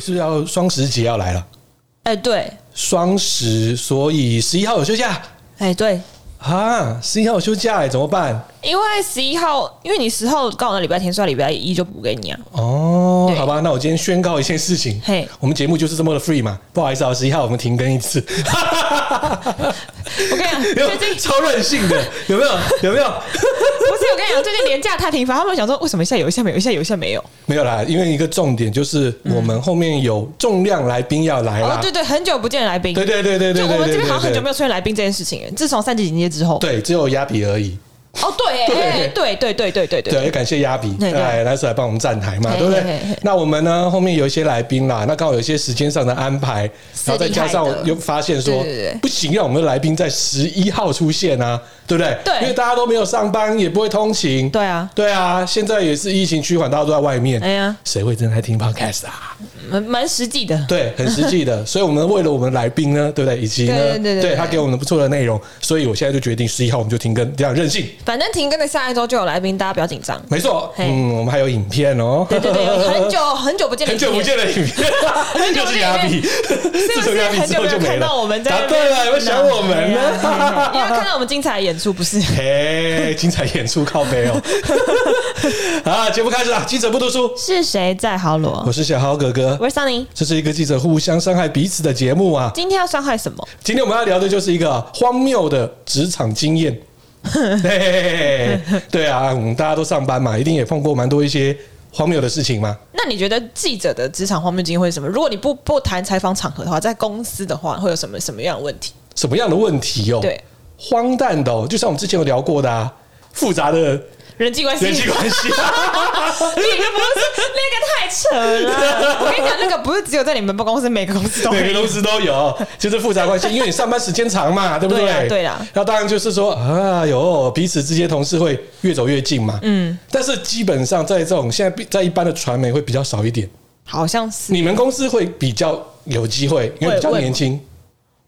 是要双十节要来了，哎、对，双十，所以十一号有休假哎、对，啊，十一号有休假哎、怎么办？因为十一号，因为你十号刚好那礼拜天，所以礼拜一就补给你啊。哦，对好吧，那我今天宣告一件事情嘿，我们节目就是这么的 free 嘛，不好意思啊，十一号我们停更一次，我 跟你讲，有最近超任性的，有没有？有没有？ 不是我跟你讲，最近廉价太频繁，他们想说为什么一下有一下没有，一下有一下没有。没有啦，因为一个重点就是我们后面有重量来宾要来嗯哦啦，，对对，很久不见的来宾，啊对对对对对对就对我们这对边好像很久没对，有出现来宾这件事情了，自从三级警戒之后。对，只有鸭比而已。哦，对，哎，对对对对对，对对，也感谢鸭比，对对哎，来次来帮我们站台嘛，嘿对不对嘿嘿嘿？那我们呢，后面有一些来宾啦，那刚好有一些时间上的安排，是然后再加上厉害的又发现说对对对不行，让我们的来宾在十一号出现啊，对不对？对因为大家都没有上班，也不会通勤，对啊，对啊，现在也是疫情趋缓，大家都在外面，哎呀，谁会真的在听 podcast 啊？蛮蛮实际的。对，很实际 的。所以，我们为了我们来宾呢，对不对？以及呢，对对对对对他给我们不错的内容，所以我现在就决定十一号我们就停更，这样任性。反正停更的下一周就有来宾，大家不要紧张。没错，嘿嗯，我们还有影片哦，对对对，有很久很久不见，很久不见，的影 片，久就不见的影片是亚比， 自从亚比之后就很久没有没看到我了。们在那 答边对了，有没有想我们 因为看呢？到我们精彩的演出，不是？嘿，精彩演出靠背哦！ 好啦，节目开始了，记者不读书，是谁在豪罗我？是小豪哥哥，我是桑尼。这是一个记者互相伤害彼此的节目啊。今天要伤害什么？今天我们要聊的就是一个荒谬的职场经验。 对对啊，嗯，大家都上班嘛，一定也碰过蛮多一些荒谬的事情嘛。那你觉得记者的职场荒谬经验会是什么？如果你不不谈采访场合的话，在公司的话，会有什么什么样的问题？什么样的问题哦？对，荒诞的哦，就像我们之前有聊过的啊，复 杂的人际关系，人 际关系。那个不是那个太扯了。 我跟你讲，那个不是只有在你们办公室，每个公司都每会个有公。司都有，就是复杂关系，因为你上班时间长嘛， 对不对？对啦对啦那当然就是说，啊，有彼此之间同事会越走越近嘛。嗯，但是基本上在这种现在比在一般的传媒会比较少一点，好像是你们公司会比较有机会，因为比较会会年轻。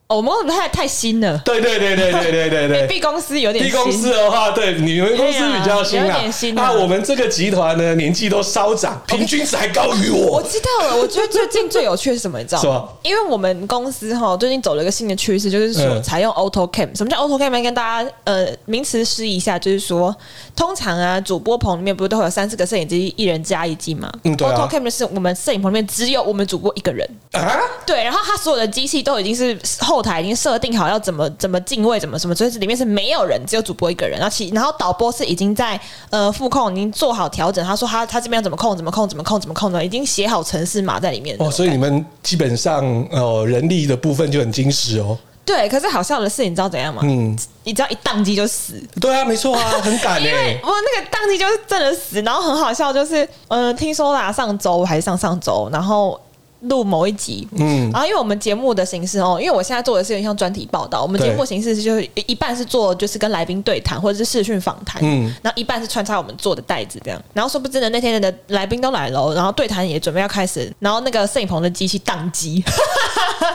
哦，我们公司太太新了对对对对对对对对。 ，B 公司有点 B 新公司的话，对你们公司比较新对啊啦有点，新啊那我们这个集团呢，年纪都稍长，平均值还高于我我。知道了，我觉得最近最有趣的是什么？你知道什吗么？因为我们公司哈最近走了一个新的趋势，就是说嗯采用 Auto Cam。什么叫 Auto Cam？来跟大家呃名词示意一下，就是说，通常啊主播棚里面不是都会有三四个摄影机，一人加一机吗？嗯对啊 Auto Cam 就是我们摄影棚里面只有我们主播一个人，啊，对，然后他所有的机器都已经是后台已经设定好要怎么怎么敬畏怎么什么，所以里面是没有人，只有主播一个人。然后其然后导播是已经在呃副控已经做好调整，他说他他这边要怎么控怎么控怎么控怎么控的，已经写好程式码在里面的。哦，所以你们基本上哦，人力的部分就很精实哦。对，可是好笑的是，你知道怎样吗？嗯，你只要一宕机就死。对啊，没错啊，很赶 因为诶。我那个宕机就是真的死，然后很好笑，就是呃，听说啦，上周还是上上周，然后录某一集，嗯嗯，然后因为我们节目的形式哦，因为我现在做的是有点像专题报道，我们节目对形式是就是一一半是做就是跟来宾对谈或者是视讯访谈，嗯嗯，然后一半是穿插我们做的袋子这样，然后说不真的那天的来宾都来了哦，然后对谈也准备要开始，然后那个摄影棚的机器宕机，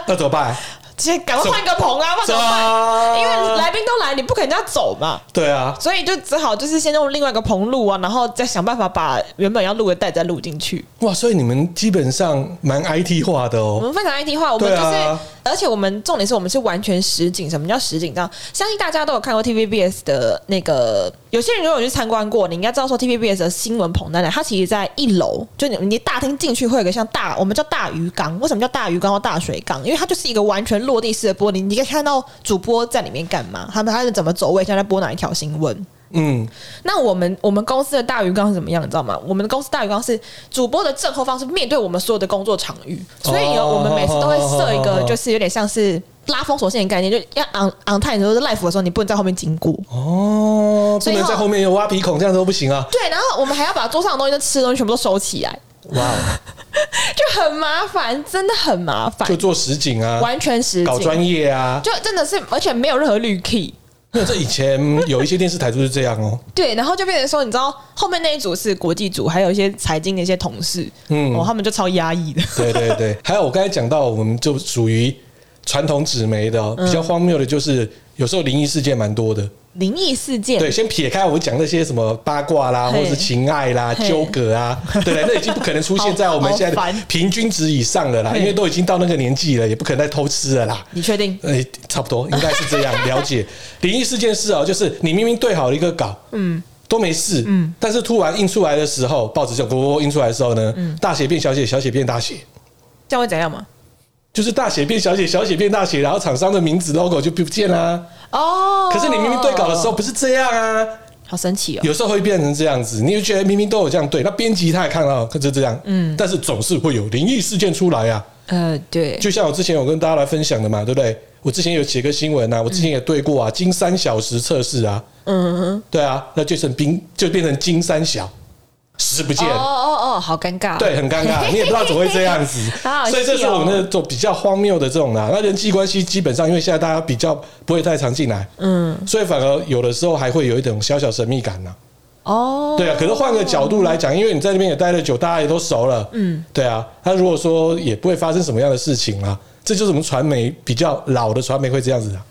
那怎么办？先赶快换个棚啊，换个棚，啊因为来宾都来，你不可能这样走嘛，对啊，所以就只好就是先用另外一个棚录啊，然后再想办法把原本要录的带再录进去。哇，所以你们基本上蛮 IT 化的我哦。们非常 IT 化，我们对就是，啊而且我们重点是我们是完全实景。什么叫实景？这样相信大家都有看过 TVBS 的那个，有些人如果有去参观过，你应该知道说 TVBS 的新闻棚在哪。它其实在一楼，就你你大厅进去会有一个像大，我们叫大鱼缸。为什么叫大鱼缸或大水缸？因为它就是一个完全落地式的玻璃，你可以看到主播在里面干嘛，他们他是怎么走位，现在在播哪一条新闻。嗯，那我们我们公司的大鱼缸是怎么样，你知道吗？我们的公司大鱼缸是主播的正后方是面对我们所有的工作场域，所以呢，哦我们每次都会设一哦哦个哦就是有点像是拉封锁线的概念，就要 on on time 的时候 life 的时候，你不能在后面经过。哦，不所以能在后后面有挖鼻孔，这样都不行啊。对，然后我们还要把桌上的东西、吃的东西全部都收起来，哇哦，就很麻烦，真的很麻烦就，做实景 啊，完全实搞景，专业 啊。就真的是，而且没有任何绿 key。那这以前有一些电视台就是这样哦。对，然后就变成说，你知道后面那一组是国际组，还有一些财经的一些同事，嗯哦，他们就超压抑的。 对对对，还有我刚才讲到，我们就属于传统纸媒的哦、比较荒谬的就是有时候灵异事件蛮多的。灵异事件，对，先撇开我讲那些什么八卦啦，嘿或者是情爱啦、嘿纠葛啊，对不对？那已经不可能出现 在我们好现在好的烦平均值以上了啦，嘿因为都已经到那个年纪了，也不可能再偷吃了啦。你确定？哎、差不多，应该是这 样。了解灵异事件是哦，就是你明明对好了一个稿，嗯，都没事，嗯，但是突然印出来的时候，报纸就咕咕咕印出来的时候呢，嗯大写变小写，小写变大写，这样会怎样吗？就是大写变小写，小写变大写，然后厂商的名字 logo 就不见啦、哦，可是你明明对稿的时候，不是这样啊，好神奇哦，有时候会变成这样子，你就觉得明明都有这样对，那编辑他也看到，可是这样，嗯，但是总是会有灵异事件出来啊。呃，对，就像我之前有跟大家来分享的嘛，对不对？我之前有写个新闻啊，我之前也对过啊，金三小时测试啊，嗯，对啊，那就成冰就变成金三小十不哦见，哦哦，好尴尬， 对，很尴 尬，你也不知道怎么会这样子好好笑哦，所以这是我们那种比较荒谬的这种啦。那人际关系基本上因为现在大家比较不会太常进来，嗯，所以反而有的时候还会有一种小小神秘感呐、哦，对啊，可是换个角度来讲，因为你在那边也待了久，大家也都熟了，嗯，对啊。他如果说也不会发生什么样的事情啊，这就是我们传媒比较老的传媒会这样子啊。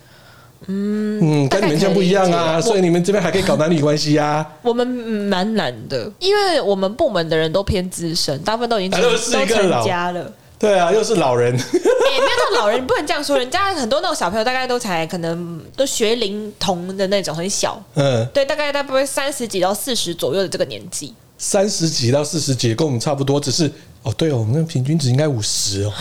嗯嗯，大跟概你们这样可不以一样啊，理解所以你们这边还可以搞男女关系啊，我们蛮难的，因为我们部门的人都偏资深，大部分都已经啊成都是一都个成老家 了。对啊，又是老人， 哎、没有到老人，你不能这样说。人家很多那种小朋友，大概都才可能都学龄童的那种，很小。嗯，对，大概大概三十几到四十左右的这个年 纪，三十几到四十几跟我们差不多，只是哦，对哦，我们那平均值应该五十 哦。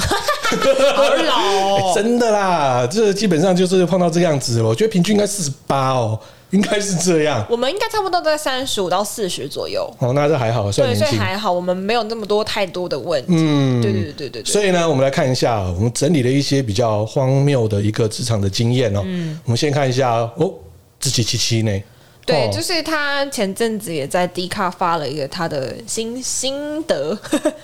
好老哎哦。真的啦，这基本上就是碰到这样子了。我觉得平均应该四十八哦，应该是这样。我们应该差不多都在三十五到四十左右，哦，那这还好，算对，所年以轻。还好，我们没有那么多太多的问题。嗯对对对对对对。所以呢，我们来看一下，我们整理了一些比较荒谬的一个职场的经验哦。嗯我们先看一下哦，自己七七呢？对，哦就是他前阵子也在 D 卡发了一个他的心心得。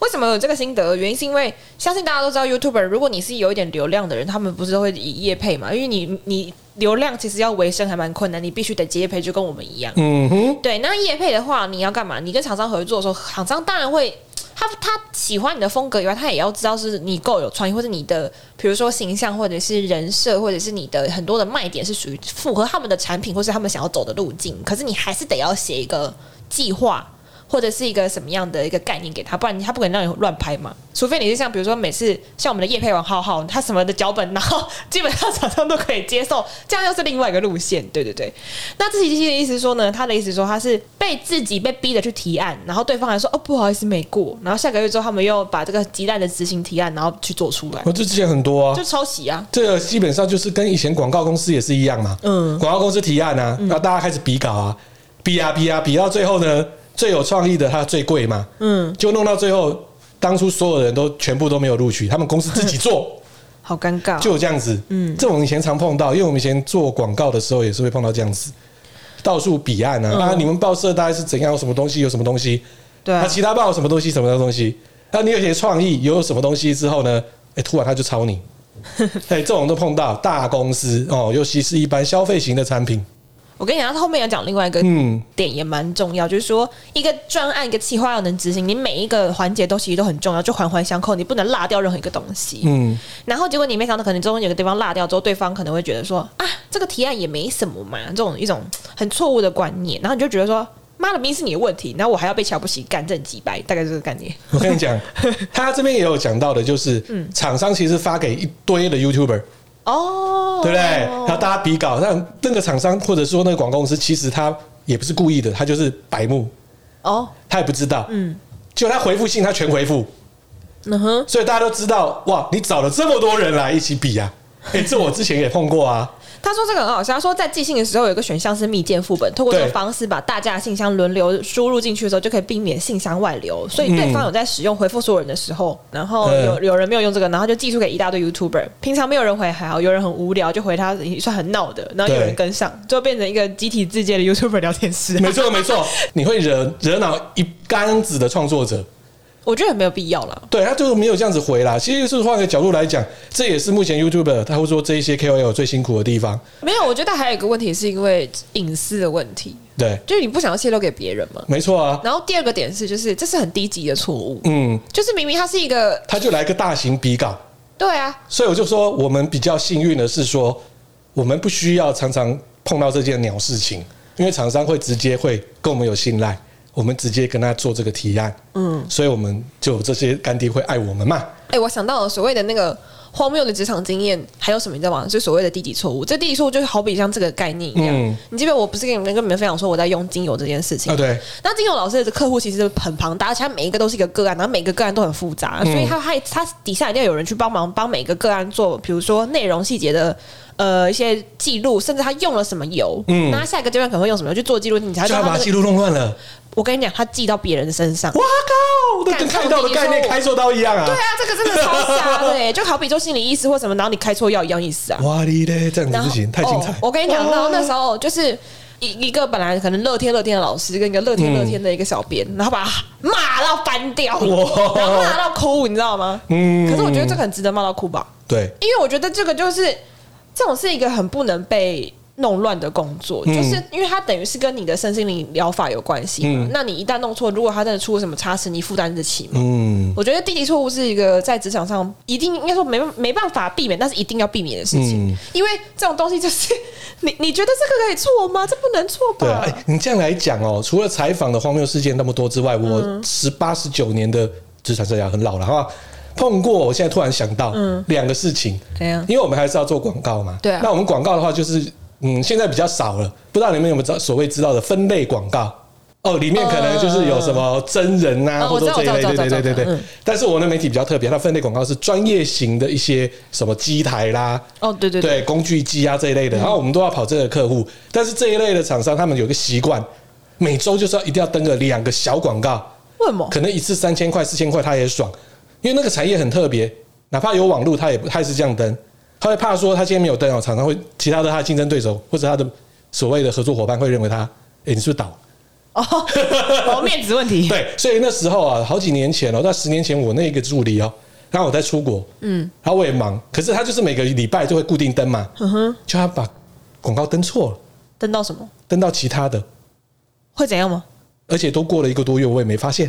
为什么有这个心得？原因是因为相信大家都知道，YouTuber 如果你是有一点流量的人，他们不是都会以业配嘛？因为你你流量其实要维生还蛮困难，你必须得接业配，就跟我们一样。嗯哼，对，那业配的话，你要干嘛？你跟厂商合作的时候，厂商当然会。他他喜欢你的风格以外，他也要知道是你够有创意，或者你的比如说形象，或者是人设，或者是你的很多的卖点是属于符合他们的产品，或是他们想要走的路径。可是你还是得要写一个计划，或者是一个什么样的一个概念给他，不然他不可能让你乱拍嘛。除非你是像比如说每次像我们的叶佩王浩浩，他什么的脚本，然后基本上厂商都可以接受，这样又是另外一个路线。对对对，那自己的意思是说呢，他的意思是说他是被自己被逼的去提案，然后对方还说哦不好意思没过，然后下个月之后他们又把这个鸡蛋的执行提案，然后去做出来，我这之前很多啊就。抄袭啊。这个基本上就是跟以前广告公司也是一样嘛，嗯嗯，广告公司提案啊，然后大家开始比稿啊，比啊比啊比到最后呢，最有创意的它最贵嘛，嗯，就弄到最后，当初所有人都全部都没有录取，他们公司自己做， 好尴尬。啊就有这样子，嗯，这种以前常碰到，因为我们以前做广告的时候也是会碰到这样子，到处彼岸啊，啊，你们报社大概是怎样，有什么东西，有什么东西，对那、啊，其他报有什么东西，什么东西，那、你有些创意，有什么东西之后呢，哎、突然他就抄你，哎、这种都碰到大公司哦，尤其是一般消费型的产品，我跟你讲，他后面有讲另外一个嗯，点也蛮重要，就是说一个专案、一个企划要能执行，你每一个环节都其实都很重要，就环环相扣，你不能落掉任何一个东西。嗯，然后结果你没想到，可能中间有个地方落掉之后，对方可能会觉得说啊，这个提案也没什么嘛，这种一种很错误的观念，然后你就觉得说。妈的，明明是你的问题，然后我还要被瞧不起，干这几百，大概这个概念。我跟你讲，他这边也有讲到的，就是厂商其实发给一堆的 YouTuber，哦，对不对？然后大家比稿，那那个厂商或者说那个广告公司，其实他也不是故意的，他就是白目，哦，他也不知道。嗯就他回复信，他全回复，嗯哼，所以大家都知道，哇，你找了这么多人来一起比啊！哎、这我之前也碰过啊，他说这个很好笑，他说在寄信的时候有一个选项是密件副本，透过这个对方式把大家的信箱轮流输入进去的时候，就可以避免信箱外流。所以对方有在使用回复所有人的时候，然后嗯有有人没有用这个，然后就寄出给一大堆 YouTuber。平常没有人回还好，有人很无聊就回他也算很闹的，然后有人对跟上，就变成一个集体自建的 YouTuber 聊天室。 没错没错，你会惹惹恼一竿子的创作者。 我觉得很没有必要了。对他就是没有这样子回啦。其实就是换个角度来讲，这也是目前 YouTube 他会说这一些 KOL 最辛苦的地方。没有，我觉得还有一个问题是因为隐私的问题，对，就是你不想要泄露给别人嘛。没错啊，然后第二个点是，就是这是很低级的错误，嗯，就是明明它是一个他就来个大型比稿，对啊，所以我就说，我们比较幸运的是说，我们不需要常常碰到这件鸟事情，因为厂商会直接会跟我们有信赖，我们直接跟他做这个提案，嗯，所以我们就有这些干爹会爱我们嘛。哎、我想到了所谓的那个荒谬的职场经验，还有什么你知道吗？就所谓的低级错误。这低级错误就好比像这个概念一样。嗯你记不记得我不是跟你们跟你们分享说我在用精油这件事情？啊，对，那金融老师的客户其实很庞大，而且他每一个都是一个个案，然后每个个案都很复杂，嗯所以他他他底下一定要有人去帮忙帮每个个案做，比如说内容细节的呃一些记录，甚至他用了什么油，嗯那他下一个阶段可能会用什么油去做记录，你才知就道要他把那记个。录弄乱了。我跟你讲，他记到别人身上。哇靠，那跟干开刀的概念开错刀一样啊对！啊，这个真的超瞎的、 欸，就好比做心理医师或什么，然后你开错药一样意思啊。哇你嘞，这样子然后不行，太精彩哦。我跟你讲，然后那时候候就是一一个本来可能乐天乐天的老师，跟一个乐天乐天的一个小编，然后把他骂到翻掉，嗯哇然后骂到哭，你知道吗？嗯可是我觉得这个很值得骂到哭吧，对，因为我觉得这个就是这种是一个很不能被。弄乱的工作，嗯就是因为它等于是跟你的身心灵疗法有关系嘛。嗯那你一旦弄错，如果他真的出了什么差池，你负担得起吗？嗯我觉得地理错误是一个在职场上一定应该说没没办法避免，但是一定要避免的事情，嗯因为这种东西就是你你觉得这个可以错吗？这不能错对啊，吧？哎，你这样来讲哦，除了采访的荒谬事件那么多之外，嗯我十八十九年的职场生涯很老了哈，碰过。我现在突然想到两个事情，嗯怎样因为我们还是要做广告嘛，对啊那我们广告的话，就是嗯，现在比较少了，不知道你们有没有知道所谓知道的分类广告。哦，里面可能就是有什么真人啊，嗯或者这一类，哦对我知道对我知对道对对我知道对嗯。但是我的媒体比较特别，它分类广告是专业型的一些什么机台啦，哦，对对嗯对工具机啊这一类的，然后我们都要跑这个客户，但是这一类的厂商他们有个习惯，每周就是要一定要登个两个小广告，为什么？可能一次三千块四千块他也爽，因为那个产业很特别，哪怕有网络他也不他也是这样登，他会怕说他今天没有登哦，厂商会其他的他的竞争对手或者他的所谓的合作伙伴会认为他，诶，你是不是倒了？ 哦，哦面子问题。对，所以那时候啊，好几年前哦，在十年前我那个助理哦，然后我在出国，嗯，然后我也忙，可是他就是每个礼拜就会固定登嘛，嗯哼，就他把广告登错了，登到什么登到其他的，会怎样吗？而且都过了一个多月，我也没发 现。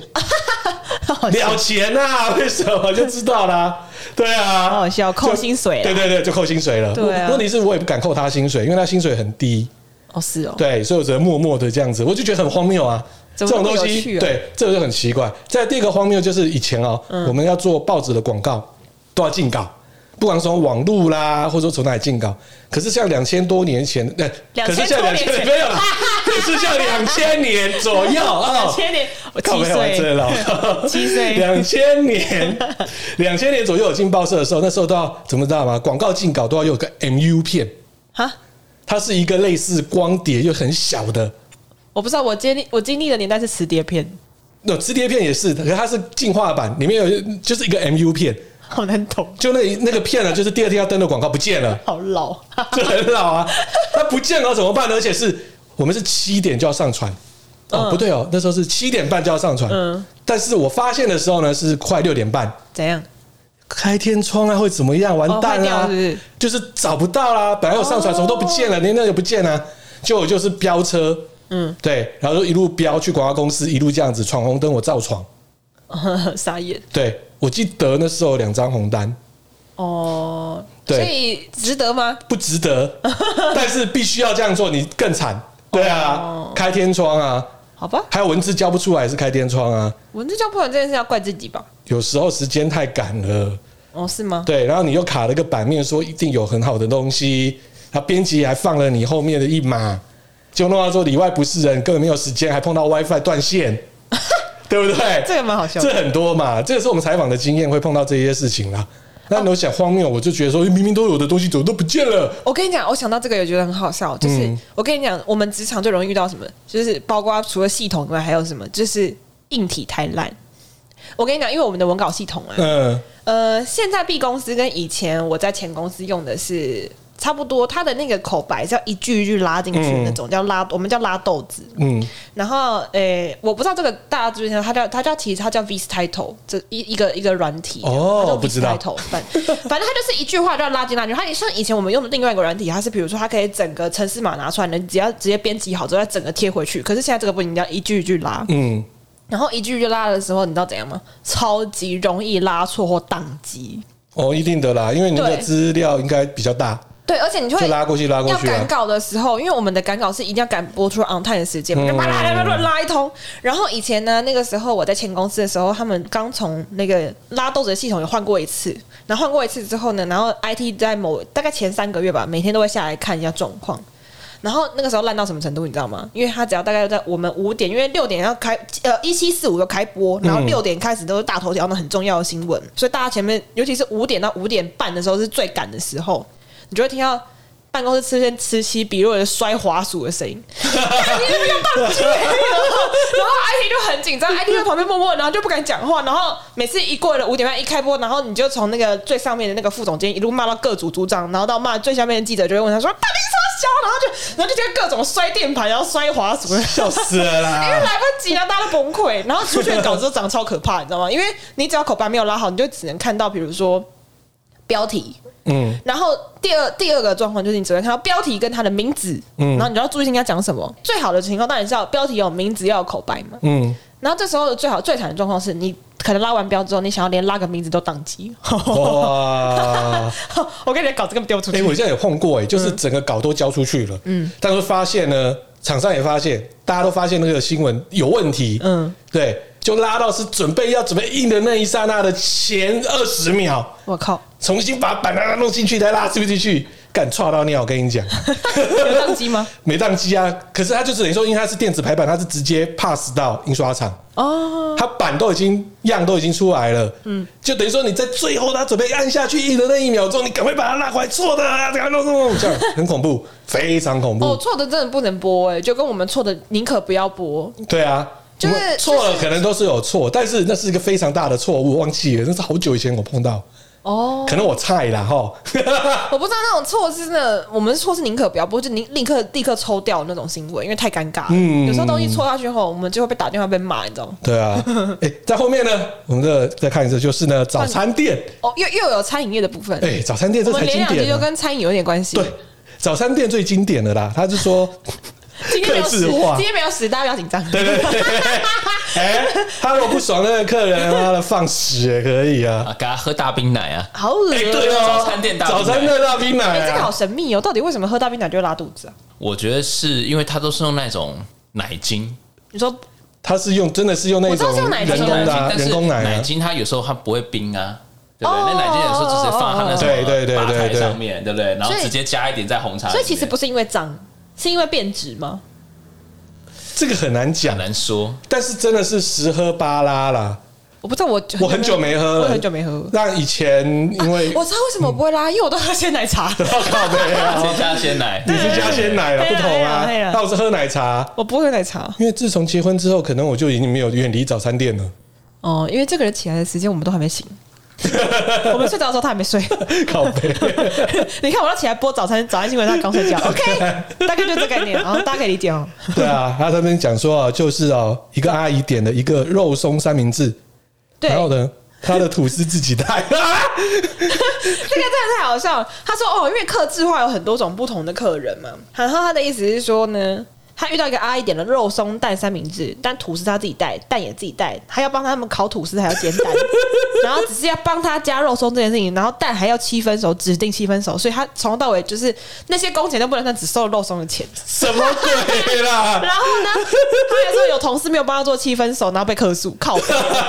了钱呐、为什么就知道啦？对啊，好好笑扣就薪水啦啊对对对，就扣薪水了。对啊问题是我也不敢扣他薪水，因为他薪水很低。哦，是哦，对，所以我只能默默的这样子，我就觉得很荒谬啊。这怎么种那么东有西，趣啊对，这个就很奇怪。再第二个荒谬就是以前哦，嗯我们要做报纸的广告都要进稿，不管从网路啦，或者说从哪里进稿。可是像两千多年前，呃，可是像2000多两年千前没有 啦，可是像两千年左右两哦，千年，我靠七没有完岁真了，七岁，两千年，两千年左右有进报社的时候，那时候都要怎么知道吗？广告进稿都要有个 MU 片，哈，它是一个类似光碟又很小的。我不知道，我经历我经历的年代是磁碟片，那磁碟片也是，可是它是进化版，里面有就是一个 MU 片，好难懂，就那那个片呢，就是第二天要登的广告不见了，好老， 这很老啊。那不见了怎么办呢？而且是我们是七点就要上传，哦，嗯不对哦，那时候是七点半就要上传，嗯但是我发现的时候呢是快六点半，怎样？ 开天窗啊会怎么样？完蛋哦坏啦、掉是不是哦就是找不到啦、本来我上传什么都不见了，连那个不见啊，就我就是飙车，嗯，对，然后就一路飙去广告公司，一路这样子闯红灯，我照闯。傻眼对，我记得那时候有两张红单，哦，对所以值得吗？不值 得，但是必须要这样做，你更惨。对啊哦，开天窗啊，好吧，还有文字交不出来也是开天窗啊。文字交不完这件事要怪自己吧？有时候时间太赶了，哦，是吗？对，然后你又卡了个版面，说一定有很好的东西，然后编辑还放了你后面的一码，就弄到说里外不是人，根本没有时间，还碰到 WiFi 断线， 对不对？哦这个蛮好笑的这很多嘛，这个是我们采访的经验会碰到这些事情啦。那你有想荒谬，我就觉得说明明都有的东西怎么都不见了？我跟你讲，我想到这个也觉得很好笑，就是、嗯我跟你讲，我们职场最容易遇到什么，就是包括除了系统以外，还有什么，就是硬体太烂。我跟你讲，因为我们的文稿系统啊， 嗯呃，现在 B 公司跟以前我在前公司用的是差不多，它的那个口白是要一句一句拉进去的那种，叫拉，我们叫拉豆子。嗯然后，诶、我不知道这个大家知不知道，它叫它叫其实它叫 Vistitle，这一一个一个软体啊哦它叫不知道 Vistitle，反反正它就是一句话就要拉进拉进去。它也像以前我们用的另外一个软体，它是比如说它可以整个城市码拿出来，你只要直接编辑好之后再整个贴回去。可是现在这个不行，你要一句一句拉，嗯，然后一句一句拉的时候，你知道怎样吗？超级容易拉错或宕机。哦，一定的啦，因为你的对资料应该比较大，对，而且你就会拉过去拉过要去赶啊。稿的时候，因为我们的赶稿是一定要赶播出 on time 的时间嘛，就巴拉巴拉巴拉拉一通。然后以前呢，那个时候我在前公司的时候，他们刚从那个拉豆子的系统也换过一次，然后换过一次之后呢，然后 IT 在某大概前三个月吧，每天都会下来看一下状况。然后那个时候烂到什么程度，你知道吗？因为他只要大概在我们五点，因为六点要开，呃，一七四五要开播，然后六点开始都是大头条，那很重要的新闻，所以大家前面，尤其是五点到五点半的时候是最赶的时候，你就会听到。办公室出现此起彼落的摔滑鼠的声音，看你这个棒槌！然后 IT 就很紧张，IT 在旁边默默，然后就不敢讲话。然后每次一过了五点半一开播，然后你就从那个最上面的那个副总监一路骂到各组组长，然后到骂最下面的记者，就会问他说：“到底是什么然后就然后就觉得各种摔键盘，然后摔滑鼠， 笑死了因为啦！来不及了，大家都崩溃。然后出去的稿子都长得超可怕，你知道吗？因为你只要口白没有拉好，你就只能看到比如说标题，嗯，然后第二第二个状况就是你只会看到标题跟他的名字，嗯然后你就要注意听他讲什么。最好的情况当然是要有标题有名字要有口白嘛。嗯，然后这时候最好最惨的状况是你可能拉完标之后，你想要连拉个名字都宕机。 嗯哦哇！我跟你讲，稿子根本丢不出哎、去。我现在有碰过哎、就是嗯整个稿都交出去了，嗯，但是发现呢，厂商也发现，大家都发现那个新闻有问题，嗯嗯，对，就拉到是准备要准备印的那一刹那的前二十秒，我 靠，重新把板拿弄进去，再拉出进去，敢踹到尿！我跟你讲，有宕机吗？ 没宕机啊。可是它就只能说，因为它是电子排版，它是直接 pass 到印刷厂，哦，它版都已经样都已经出来了，嗯，就等于说你在最后它准备按下去印的那一秒钟，你赶快把它拉回来，错的啊，这样弄弄弄，这样很恐怖，非常恐哦，怖，错的真的不能播哎、就跟我们错的宁可不要播。对啊。就是我们错了，可能都是有错，但是那是一个非常大的错误，忘记了，那是好久以前我碰到，哦，可能我菜啦哈。我不知道那种错是真的，我们错是宁可不要播，就宁立刻立刻抽掉那种新闻，因为太尴尬了。嗯有时候东西错下去后，我们就会被打电话被骂，你知道吗？ 对 啊，哎、在后面呢，我们的再看一次，就是呢，早餐店，哦，又又有餐饮业的部分，哎、早餐店这我们才连经两集典就啊、跟餐饮有点关系。对，早餐店最经典的啦，他是 说，今天没有死，克制化 今天没有死，大家不要紧张。对对对，哎、他如果不爽那个客人，妈的放屎也可以啊，啊，给他喝大冰奶啊，好恶哎、心、对哦，早餐店大冰奶早餐店大冰奶、哎这个好啊，神秘哦，到底为什么喝大冰奶就会拉肚子啊？我觉得是因为他都是用那种奶精，你说他是用真的是用那我知道种是用奶精人工的、啊、但人是工奶、奶啊，精它有时候它不会冰啊。对不哦对？那奶精有时候只是放它那什对对对么吧对台对上面，对不对？然后所以直接加一点在红茶里所面，以其实不是因为脏，是因为变质吗？这个很难讲很，难说。但是真的是十喝八拉啦，我不知道，我我很久没喝了，嗯我很久没喝了。那以前因为、 我知道为什么我不会拉，因为我都喝鲜奶茶，靠没有啊直。接加鲜奶，哦你是加鲜奶了，对不啊同啊对啊对啊。那我是喝奶茶，我不会喝奶茶。因为自从结婚之后，可能我就已经没有远离早餐店了。 哦，因为这个人起来的时间我们都还没醒，我们睡着的时候他还没睡。 靠背，你看我要起来播早餐，早安新闻他刚睡觉。OK，大 概就这个概念，然后大家可以理解哦。对啊，他这边讲说啊，就是哦，一个阿姨点了一个肉松三明治，对，然后呢，他的吐司自己带， 这个真的太好笑了。他说：“哦，因为客制化有很多种不同的客人嘛。”然后他的意思是说呢，他遇到一个阿姨点了肉松蛋三明治，但吐司他自己带，蛋也自己带，还要帮他们烤吐司，还要煎 蛋，然后只是要帮他加肉松这件事情，然后蛋还要七分熟，指定七分熟，所以他从头到尾就是那些工钱都不能算，只收了肉松的钱。什么鬼啦？ 然后呢，他还说有同事没有帮他做七分熟，然后被客 诉，靠北，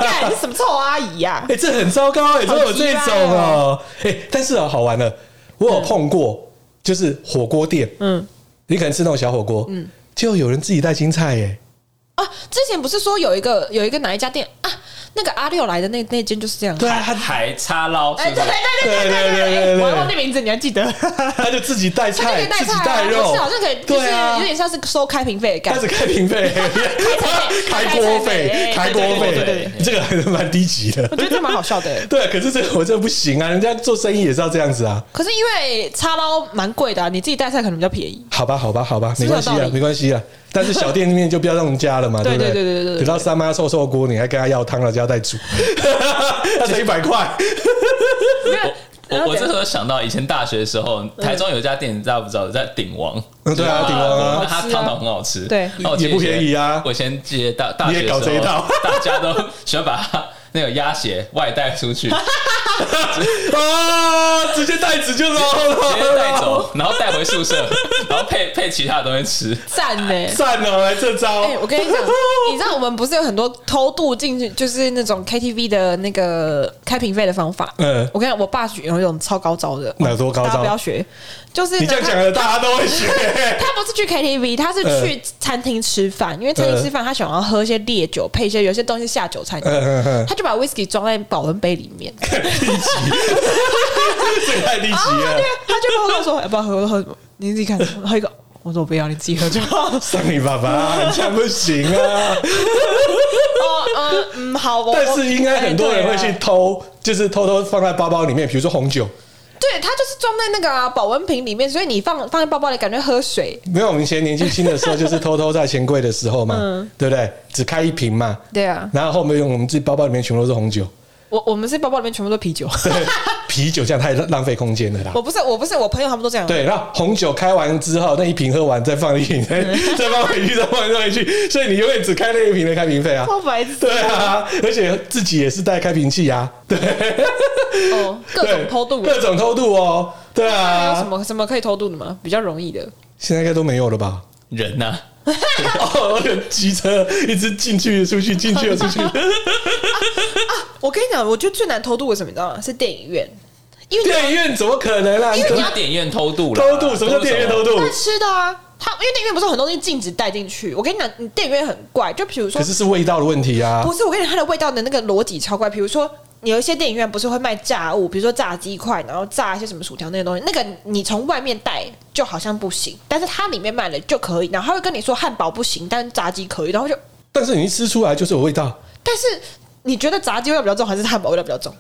干你什么臭阿姨啊呀、哎、这很糟糕哎、怎么有这种哦、哎、但是啊，好玩了，我有碰过，就是火锅店，嗯。你可能吃那种小火锅，嗯，就有人自己带青菜哎、啊，之前不是说有一个有一个哪一家店啊？那个阿六来的那那间就是这样。对啊，海他海叉捞是哎，不对是对？对对对对对，我还忘记名字，你还记得？ 他就自己带他那菜，个带自己菜带啊，肉，是 好像可以，就是对啊有点像是收开瓶费的概开始。开念瓶费，开锅费，哎开锅对对对对费，这个还是蛮低级的我。觉得这蛮好笑的。 对，啊可是这个我这不行啊，人家做生意也是要这样子啊。可是因为叉捞蛮贵的啊，你自己带菜可能比较便宜。好吧，好吧，好吧，不没是有关系道理啊，没关系啊。但是小店面就不要让人家 了嘛，对不对对对对等对到三妈臭臭锅，你还跟她要汤了，就要再煮， 要才一百块。没有，然我后我怎这样时候想到以前大学的时候，台中有一家店，你知道不知道？在鼎王。嗯对啊就是鼎王啊那它好吃啊汤头很好吃，对那我记得也不便宜啊我先记得大大你也 学的时候搞这一套大家都喜欢把它那个鸭血外带出 去，直啊，直接带子就走了，接带走，然后带回宿舍，然后配配其他的东西吃。赞呢、赞哦，来这招哎、，我跟你讲，你知道我们不是有很多偷渡进去，就是那种 KTV 的那个开瓶费的方法。嗯我跟你讲，我爸有一种超高招的，哪多高招大家不要学。就是 你这样讲了，大家都会 学。他不是去 KTV，他是去餐厅吃饭，因为餐厅吃饭他想要喝一些烈酒，配一些有些东西下酒菜，嗯嗯嗯，他就把 whisky 装在保温杯里 面。这个太离奇啊，了对，，他就跟我爸说：“要不要喝？我说喝什么？你自己看，喝一个。”我说：“我不要，你自己喝就 好。”上你爸爸，你这样不行啊。哦，嗯嗯，好，我但是应该很多人会去哎偷，就是偷偷放在包包里面，比如说红酒。对啊对，它就是装在那个啊、保温瓶里面，所以你放放在包包里，感觉喝水。没有，我们以前年纪轻的时候，就是偷偷在钱柜的时候嘛，对不对？只开一瓶嘛，嗯对啊，然后后面用我们自己包包里面全部都是红酒，我我们是包包里面全部都啤 酒， 对，啤酒这样太浪费空间了啦。我不是我不是我朋友他们都这样，对，然后红酒开完之后，那一瓶喝完再放一瓶，再嗯 再放回去，再放回去，所以你永远只开那一瓶的开瓶费啊。超白痴对啊，而且自己也是带开瓶器啊，对，哦，各对种偷渡，各种偷渡哦，对还有什啊，么什么可以偷渡的吗？比较容易的，现在应该都没有了吧？人啊呐、 哦，那个机车一直进去出去，进去 出去，我跟你讲，我觉得最难偷渡的是什么，你知道吗？是电影院，因为你电影院怎么可能啊？什么叫电影院偷渡了？啊偷渡什么叫电影院偷渡？在吃的啊。他因为电影院不是很多东西禁止带进去，我跟你讲，你电影院很怪，就比如说可是是味道的问题啊不。是，我跟你讲，它的味道的那个逻辑超怪。比如说，你有一些电影院不是会卖炸物，比如说炸鸡块，然后炸一些什么薯条那些东西，那个你从外面带就好像不行，但是它里面卖的就可以。然后他会跟你说汉堡不行，但是炸鸡可以，然后就但是你一吃出来就是有味道，但是。你觉得炸鸡味道比较重，还是汉堡味道比较重？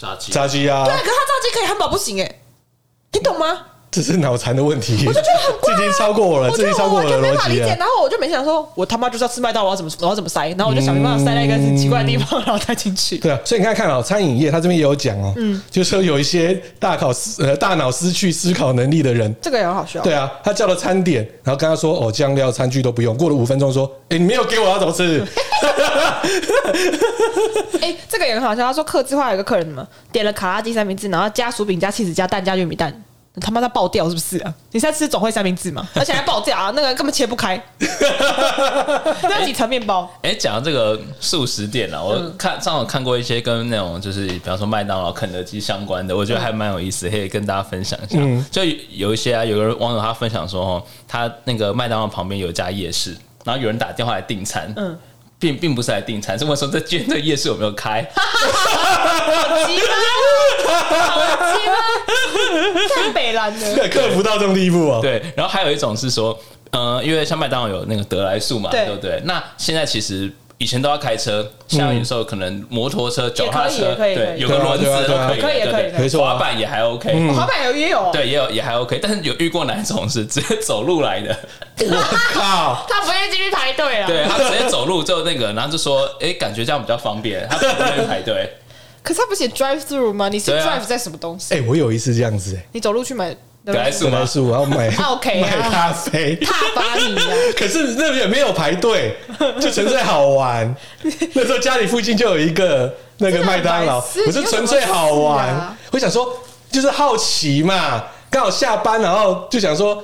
炸鸡炸鸡啊对，，可是它炸鸡可以，汉堡不行哎、你懂吗？这是脑残的问题。我就觉得很怪、啊，这已经超过我了，我这就已经超过我我就的没办法逻理辑啊解，了。然后我就没想说，我他妈就是要吃麦当劳，我要怎么我要怎么塞？然后我就想办法塞在一个很奇怪的地嗯方，然后再进去。对啊，所以你看看哦，餐饮业它这边也有讲哦，嗯，就是说有一些大考思呃大脑失去思考能力的人，这个也很好笑。对啊，他叫了餐点，然后跟他说哦酱料餐具都不用，过了五分钟说，哎你没有给我，要怎么吃？ 哎、这个也很好笑。他说客制化有一个客人嘛，点了卡拉鸡三明治，然后加薯饼、加气子、加蛋、加玉米蛋，他妈在爆掉是不是啊？你是在吃总会三明治 吗？而且还爆掉啊，那个根本切不 开，那几层面包。哎，讲到这个素食店啊，我看上网看过一些跟那种就是，比方说麦当劳、肯德基相关的，我觉得还蛮有意思，可以跟大家分享一下。就有一些啊，有个网友他分享说，哦，他那个麦当劳旁边有一家夜市，然后有人打电话来订餐，嗯并并不是来订餐，是问说这间这夜市有没有开？急吗？好急吗？太北蓝了。克服到这种地步哦，对，然后还有一种是说，呃，因为像麦当劳有那个得来速嘛，对对不对？那现在其实。以前都要开车，下雨的时候可能摩托车、脚踏嗯也车，可以也可以也可以对，有个轮子对啊对都啊可以，可以也对不对可以嗯没错啊滑板也还 OK，滑板有也有，对，也有也还 OK，但是有遇过哪一种是直接走路 来的？靠，他不愿意进去排队啊。对他直接走路就那个，然后就说，哎、感觉这样比较方便，他不用排队。可是他不写 drive through 吗？你是对啊 drive 在什么东西？哎我有一次这样子哎，你走路去买本来啊是本来吗？是我要买 啊，OK 啊买咖啡，踏巴 你啊！可是那也没有排队， 就纯粹好 玩。那时候家里附近就有一个那个麦当劳，真的很白痴我是纯粹好你有什么事玩啊。我想说，就是好奇嘛，刚好下班，然后就想说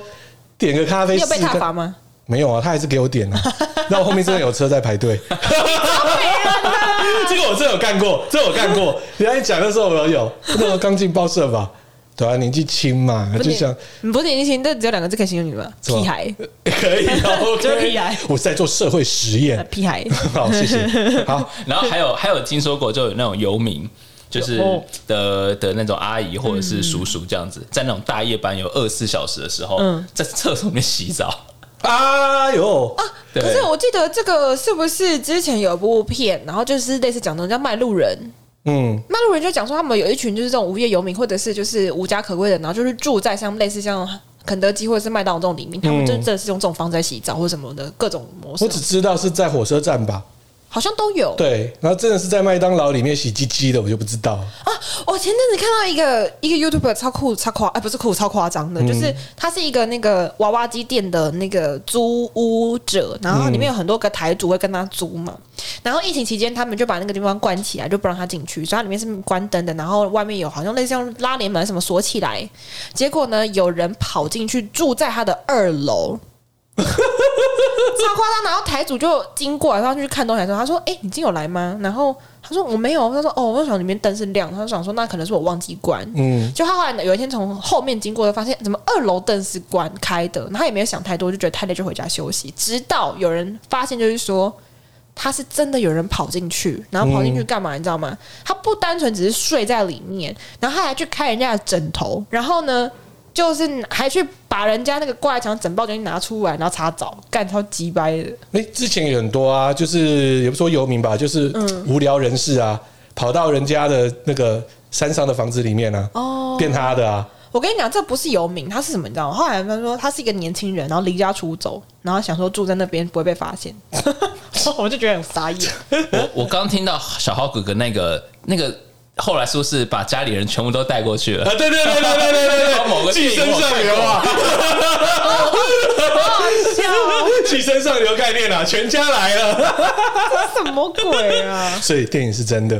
点个咖啡。你有被试试踏看罚？吗？没有啊，他还是给我点啊。那我后面真的有车在排队。 这个我真的有干过，这个我干 过。人家一讲的时候我有，那时候刚进报社吧，对啊，年纪轻嘛，就想你不是年纪轻，但只有两个字可以形容你吧？什么屁孩，可以 哦，就是啊 OK 屁孩我是在做社会实验 呃。屁孩。好，谢谢。好， 然后还有还有听说过，就有那种游民，就是哦的的那种阿姨或者是叔叔这样子，在那种大夜班有二十四小时的时候，嗯在厕所里面洗澡。哎呦，啊对可是我记得这个是不是之前有部片，然后就是类似讲的叫卖路人，嗯，卖路人就讲说他们有一群就是这种无业游民，或者是就是无家可归的人，然后就是住在像类似像肯德基或者是麦当劳这种里面，他们就真的是用这种方式在洗澡或者什么的各种模式我。只知道是在火车站吧，好像都有。对，然后真的是在麦当劳里面洗鸡鸡的，我就不知道了。啊！我前阵子看到一个一个 YouTuber 超酷超夸，哎、不是酷超夸张的，就是他是一个那个娃娃机店的那个租屋者，然后里面有很多个台主会跟他租嘛。然后疫情期间，他们就把那个地方关起来，就不让他进去，所以它里面是关灯的，然后外面有好像类似用拉帘门什么锁起来。结果呢，有人跑进去住在他的二楼。超夸张！然后台主就经过，然后就去看东西的时候，他说：“哎、你今天有来吗？”然后他说：“我没有。”他说：“哦，我想里面灯是亮。”他就想说：“那可能是我忘记关。”嗯，就他后来有一天从后面经过，就发现怎么二楼灯是关开的，然后他也没有想太多，就觉得太累就回家休息。直到有人发现，就是说他是真的有人跑进去，然后跑进去干嘛？你知道吗？他不单纯只是睡在里面，然后他还去开人家的枕头，然后呢，就是还去把人家那个挂在墙整包东西拿出来，然后擦澡，干超鸡掰的。哎、之前有很多啊，就是也不说游民吧，就是嗯无聊人士啊，跑到人家的那个山上的房子里面啊，哦变他的啊，我跟你讲，这不是游民，他是什么？你知道吗？后来他说他是一个年轻人，然后离家出走，然后想说住在那边不会被发现， 我就觉得很傻眼。我我刚听到小浩哥哥那个那个，后来是不是把家里人全部都带过去了？啊，对对对对对对对到某对，个寄地生上流啊，寄生上流概念啊，全家来了，什么鬼啊！所以电影是真的，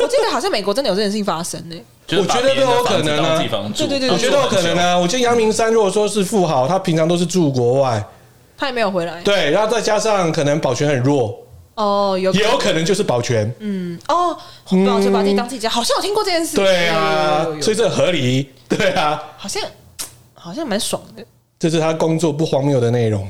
我记得好像美国真的有这件事情发生呢、就是把我觉得别人的都有房子可能啊当自己房住对对对我觉得有可能啊。我觉得阳明山如果说是富豪，他平常都是住国外，他也没有回来。对，然后再加上可能保全很弱，哦，有可也能有可能就是保全，嗯哦，不好就把自己当自己家，好像有听过这件事。哎对啊有有有有，所以这合理，对啊。好像好像蛮爽的，这是他工作不荒谬的内容，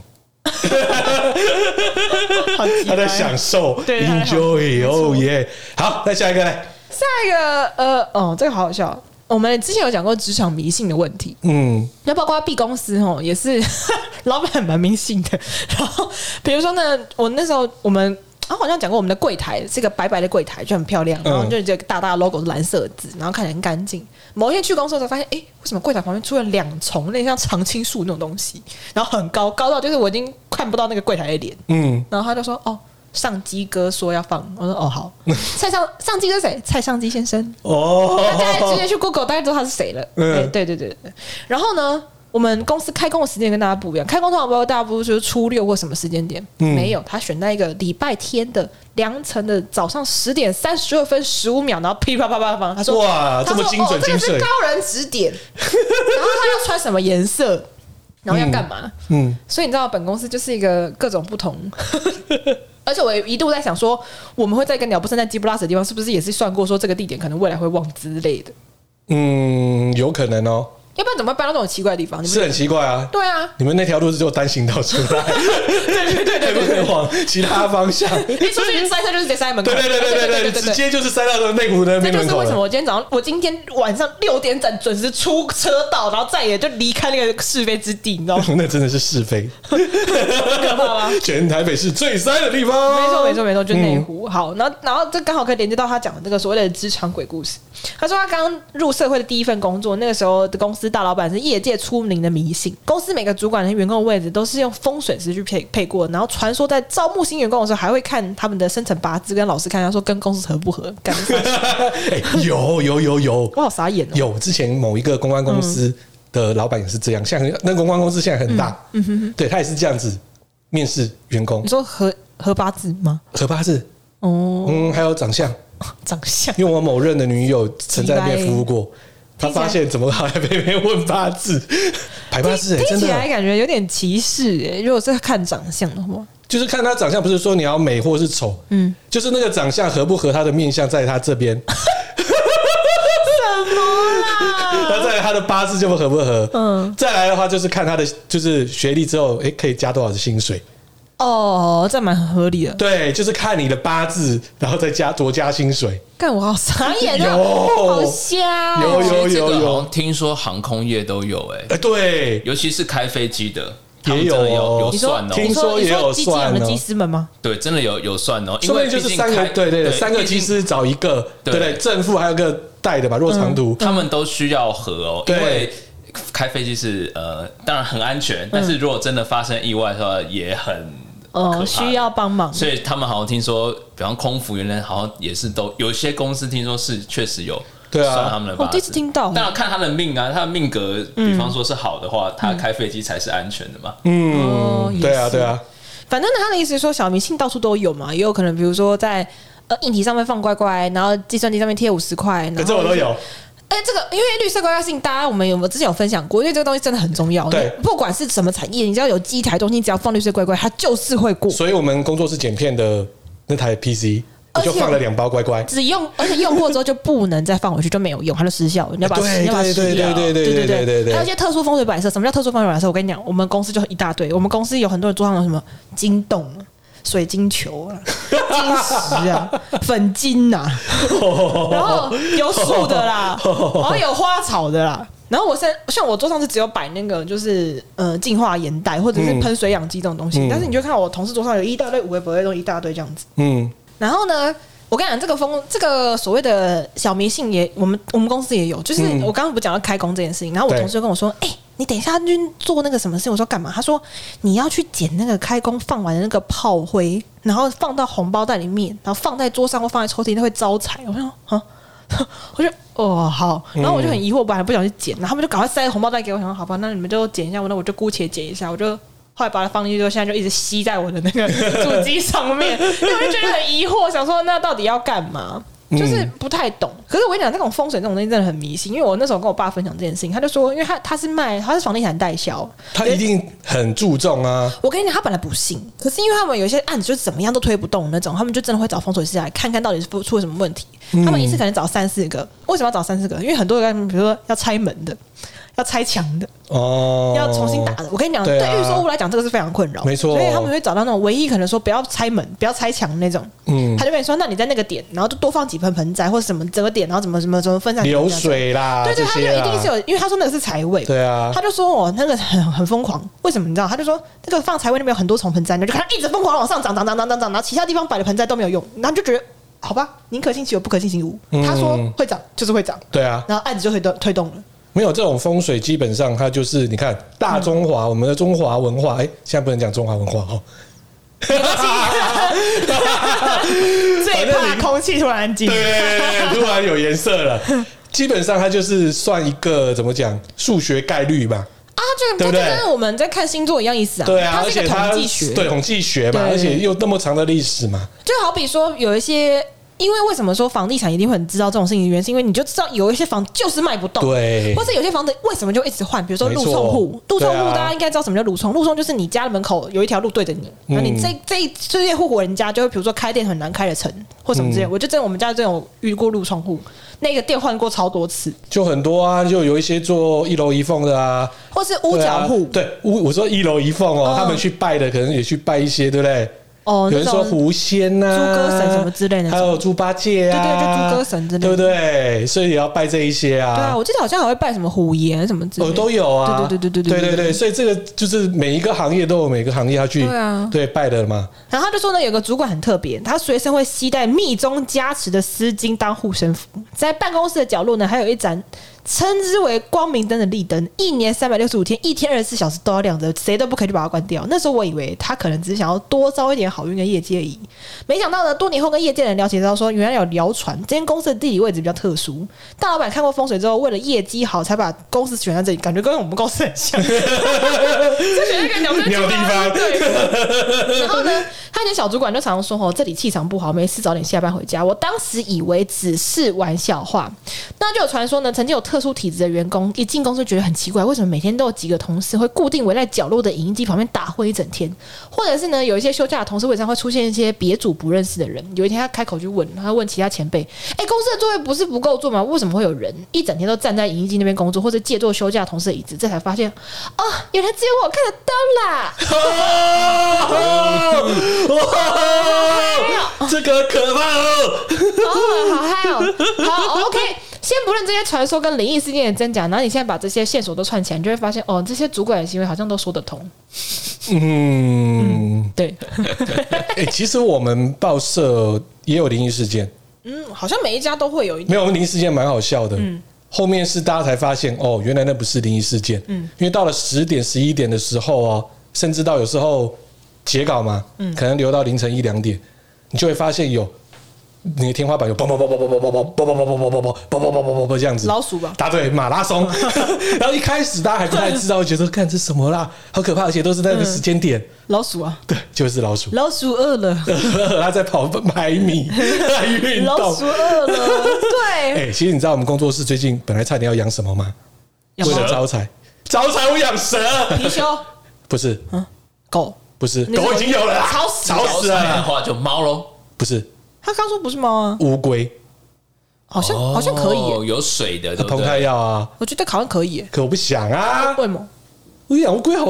好鸡他在掰享受对他在享，enjoy，哦耶！好，那下一个呢？ 下一个呃哦，这个好好笑。我们之前有讲过职场迷信的问题，嗯，那包括 B 公司哦，也是 老板蛮迷信的。然后比如说呢，我那时候我们。啊，好像讲过我们的柜台是个白白的柜台，就很漂亮，然后嗯就这个大大的 logo 是蓝色的字，然后看起来很干净。某一天去公司的时候，发现诶，为什么柜台旁边出了两丛那像常青树那种东西，然后很高，高到就是我已经看不到那个柜台的脸。嗯，然后他就说：“哦，上机哥说要放。”我说：“哦，好。”蔡上上机哥谁？蔡上机先生。大家直接哦，去 Google，大家知道他是谁了。嗯嗯，对对对对。然后呢，我们公司开工的时间跟大家不一样，开工通常不大家不是就是初六或什么时间点，嗯没有，他选在一个礼拜天的良辰的早上十点三十二分十五秒，然后噼啪啪啪啪，他说哇，这他说么精准哦、这精个是髓高，人 指点。然后他要穿什么颜色，然后要干嘛？嗯，所以你知道，本公司就是一个各种不同。 而且我一度在想说，我们会在一个鸟不生蛋、鸡不拉屎的地方，是不是也是算过说这个地点可能未来会旺之类的？嗯，有可能哦，要不然怎么会搬到这种奇怪的地方？你们是很奇怪啊。对啊，你们那条路是只有单行道出来，对对对对不能往其他方向。对一出去塞车就是直接塞在门口。对对对对对，直接就是塞到内湖的那这边就门是口为什么了。我今天早上，我今天晚上六点整准时出车道，然后再也就离开那个是非之地，你知道吗？那真的是是非，可怕吗？全台北市最塞的地方。没错，没错，没错，就内嗯湖。好，然后然后这刚好可以连接到他讲的这个所谓的职场鬼故事。他说他刚入社会的第一份工作，那个时候的公司大老板是业界出名的迷信，公司每个主管和员工的位置都是用风水师去配配过，然后传说在招募新员工的时候，还会看他们的生辰八字，跟老师看他说跟公司合不合。感觉 哎，有有有有我，好傻眼哦、有之前某一个公关公司的老板也是这样，像那公关公司现在很大，对他也是这样子面试员工你，说合合八字吗？合八字，哦，嗯，还有长相，长相因为我某任的女友曾在那边服务过，她发现怎么好像被别人问八 字，排八字、欸，听真起来的感觉有点歧视诶、如果是看长相的话，就是看她长相，不是说你要美或是丑，嗯，就是那个长相合不合她的面相，在她这边，那再来 她的八字就不合不合，嗯嗯，再来的话就是看她的就是学历之后，诶，可以加多少的薪水。哦，这蛮合理的。对，就是看你的八字，然后再加多加薪水。干我好傻眼啊！有好瞎、哦，有有其实这有个好有像，听说航空业都有哎、哎，对，尤其是开飞机的，他也们有真的有哦有算哦，听你说说也有你说机机算的哦机师们吗？对，真的有有算哦，因说不为定就是毕竟三个开，对对对，三个毕技竟师找一个，对不对对？正负还有个带的吧，若长途。他们都需要核哦，因对为嗯开飞机是呃，当然很安全，但是如果真的发生意外的话，也很可怕呃，的需要帮忙。啊所以他们好像听说，比方空服员呢，好像也是都有些公司听说是确实有，对啊算他们的我八第一次哦字。听到，但要看他的命啊，他的命格，比方说是好的话，他开飞机才是安全的嘛。哦嗯，也对啊，是对啊，反正呢他的意思是说，小迷信到处都有嘛，也有可能，比如说在呃硬体上面放乖乖，然后计算机上面贴五十块，然后可这我都有。哎、这个因为绿色规划性，大家我们有我之前有分享过，因为这个东西真的很重要。对你不管是什么产业，你只要有机台东西，你只要放绿色乖乖，它就是会过。所以我们工作室剪片的那台 PC，我就而且放了两包乖乖。只用，而且用过之后就不能再放回去，就没有用，它就失效了。你要把它哎对你要把它对吃对掉。对对对对对对还有一对，些特殊风水摆设，什么叫特殊风水摆设？我跟你讲，我们公司就一大堆，我们公司有很多人桌上有什么金洞啊、水晶 球啊、金石啊、粉晶呐、 哦然后有树的啦，然后有花草的啦。然后我现在像我桌上是只有摆那个就是呃净化盐袋或者是喷水养鸡这种东西，嗯嗯嗯但是你就看我同事桌上有一大堆五味不味东西一大堆这样子。 嗯，然后呢，我跟你讲，这个风，这个所谓的小迷信也，我们我们公司也有。就是嗯我刚刚不讲到开工这件事情，然后我对同事就跟我说：“哎、你等一下去做那个什么事情？”我说：“干嘛？”他说：“你要去捡那个开工放完的那个炮灰，然后放到红包袋里面，然后放在桌上或放在抽屉，它会招财。”我想啊。 我就哦好，然后我就嗯很疑惑，我本来不想去捡，然后他们就赶快塞红包袋给我，想说好吧，那你们就捡一下，我那我就姑且捡一下，我就后来把它放进去之后，现在就一直吸在我的 那个主机上面，因为我就觉得很疑惑，想说那到底要干嘛？嗯就是不太懂。可是我跟你讲，这种风水这种东西真的很迷信，因为我那时候跟我爸分享这件事情，他就说，因为他他是卖他是房地产代销，他一定很注重啊。我跟你讲，他本来不信，可是因为他们有一些案子就是怎么样都推不动那种，他们就真的会找风水师来看看到底是出出了什么问题。嗯他们一次可能找三四个，为什么要找三四个？因为很多人比如说要拆门的，要拆墙的，哦，要重新打的。我跟你讲，对对啊预售屋来讲，这个是非常困扰，没错所以他们会找到那种唯一可能说不要拆门、不要拆墙那种。嗯他就跟你说，那你在那个点，然后就多放几盆盆栽或者什么折点，然后怎么怎么怎么分散流。水啦，对对，这他就些一啦定是有，因为他说那个是财位，对啊他，就说我那个很很疯狂，为什么你知道？他就说那个放财位那边有很多重盆栽，你就看它一直疯狂往上涨，涨涨涨涨涨，然后其他地方摆的盆栽都没有用，然后你就觉得好吧，宁可信其有，不可信其无。嗯他说会涨就是会涨，对啊，然后案子就推动推动了。没有这种风水，基本上它就是你看大中华，我们的中华文化，哎，现在不能讲中华文化哦，没关系最怕空气突然紧。对，突然有颜色 了。基本上它就是算一个怎么讲数学概率吧，啊，就对它不就对跟我们在看星座一样意思啊，对啊，它而是一且个它统计学，对统计学嘛，对而且又那么长的历史嘛，就好比说有一些。因为为什么说房地产一定会很知道这种事情的原因，是因为你就知道有一些房就是卖不动，对或，者有些房子为什么就一直换？比如说没路错冲户，路冲对户啊大家应该知道什么叫路冲，路冲就是你家的门口有一条路对着你，那你嗯这这这些户户人家就会比如说开店很难开的成或什么嗯之类的，我就真的我们家这种遇过路冲户，那个店换过超多次，就很多啊，就有一些做一楼一凤的啊，或是屋角户，对啊对屋，我说一楼一凤哦嗯，他们去拜的可能也去拜一些，对不对？哦，有那人说种狐仙呐、猪哥神什么之类的还有猪八戒啊，对对就猪哥神之类的对不对？所以也要拜这一些啊。对啊，我记得好像还会拜什么虎爷什么之类我的，都有啊，对对对对对对对对所以这个就是每一个行业都有每个行业要去对啊拜的嘛，然后他就说呢，有个主管很特别，他随身会携带密宗加持的丝巾当护身符，在办公室的角落呢，还有一盏称之为光明灯的立灯，一年三百六十五天，一天二十四小时都要亮着，谁都不可以去把它关掉。那时候我以为他可能只是想要多招一点好运跟业界而已，没想到呢，多年后跟业界人了解到说，原来有谣传这间公司的地理位置比较特殊，大老板看过风水之后，为了业绩好，才把公司选在这里，感觉跟我们公司很像，就 选一个鸟鸟地方对。 然后呢，他的小主管就常常说：“哦，这里气场不好，没事早点下班回家。”我当时以为只是玩笑话，那就有传说呢，曾经有特殊体质的员工一进公司觉得很奇怪，为什么每天都有几个同事会固定围在角落的影音机旁边打混一整天，或者是呢，有一些休假的同事晚上会出现一些别组不认识的人。有一天他开口去问，他问其他前辈：“哎，公司的座位不是不够坐吗？为什么会有人一整天都站在影音机那边工作，或者借坐休假的同事的椅子？”这才发现，哦，原来只有我看得到啦。哇，这个可怕哦！哦，好嗨哦！好，OK，先不论这些传说跟灵异事件的真假，然后你现在把这些线索都串起来，你就会发现，哦，这些主管的行为好像都说得通。嗯，对，哎、其实我们报社也有灵异事件，嗯，好像每一家都会有一没有，我们灵异事件蛮好笑的。后面是大家才发现哦，原来那不是灵异事件。因为到了十点、十一点的时候哦，甚至到有时候截稿嘛，可能留到凌晨一两点，你就会发现有你的天花板有嘣嘣嘣嘣嘣嘣嘣嘣嘣嘣嘣嘣嘣嘣嘣嘣嘣嘣这样子。老鼠吧答对，马拉松。然后一开始大家还不太知道，觉得看这什么啦，好可怕，而且都是那个时间点，老鼠啊，对，就是老 鼠。老鼠饿了，他在跑百米，在运老动鼠。饿了，对，哎，其实你知道我们工作室最近本来差点要养什么吗？养为猫了招财，招财我养蛇，貔貅、不是狗，不是，你是狗已经有了啦，吵死吵老死三的了，话就猫喽，不是他刚说不是猫啊，乌龟，好像好像可以耶，哦有水的，对不膨胎对？药啊，我觉得好像可以耶，可我不想啊，为什么？我养乌龟好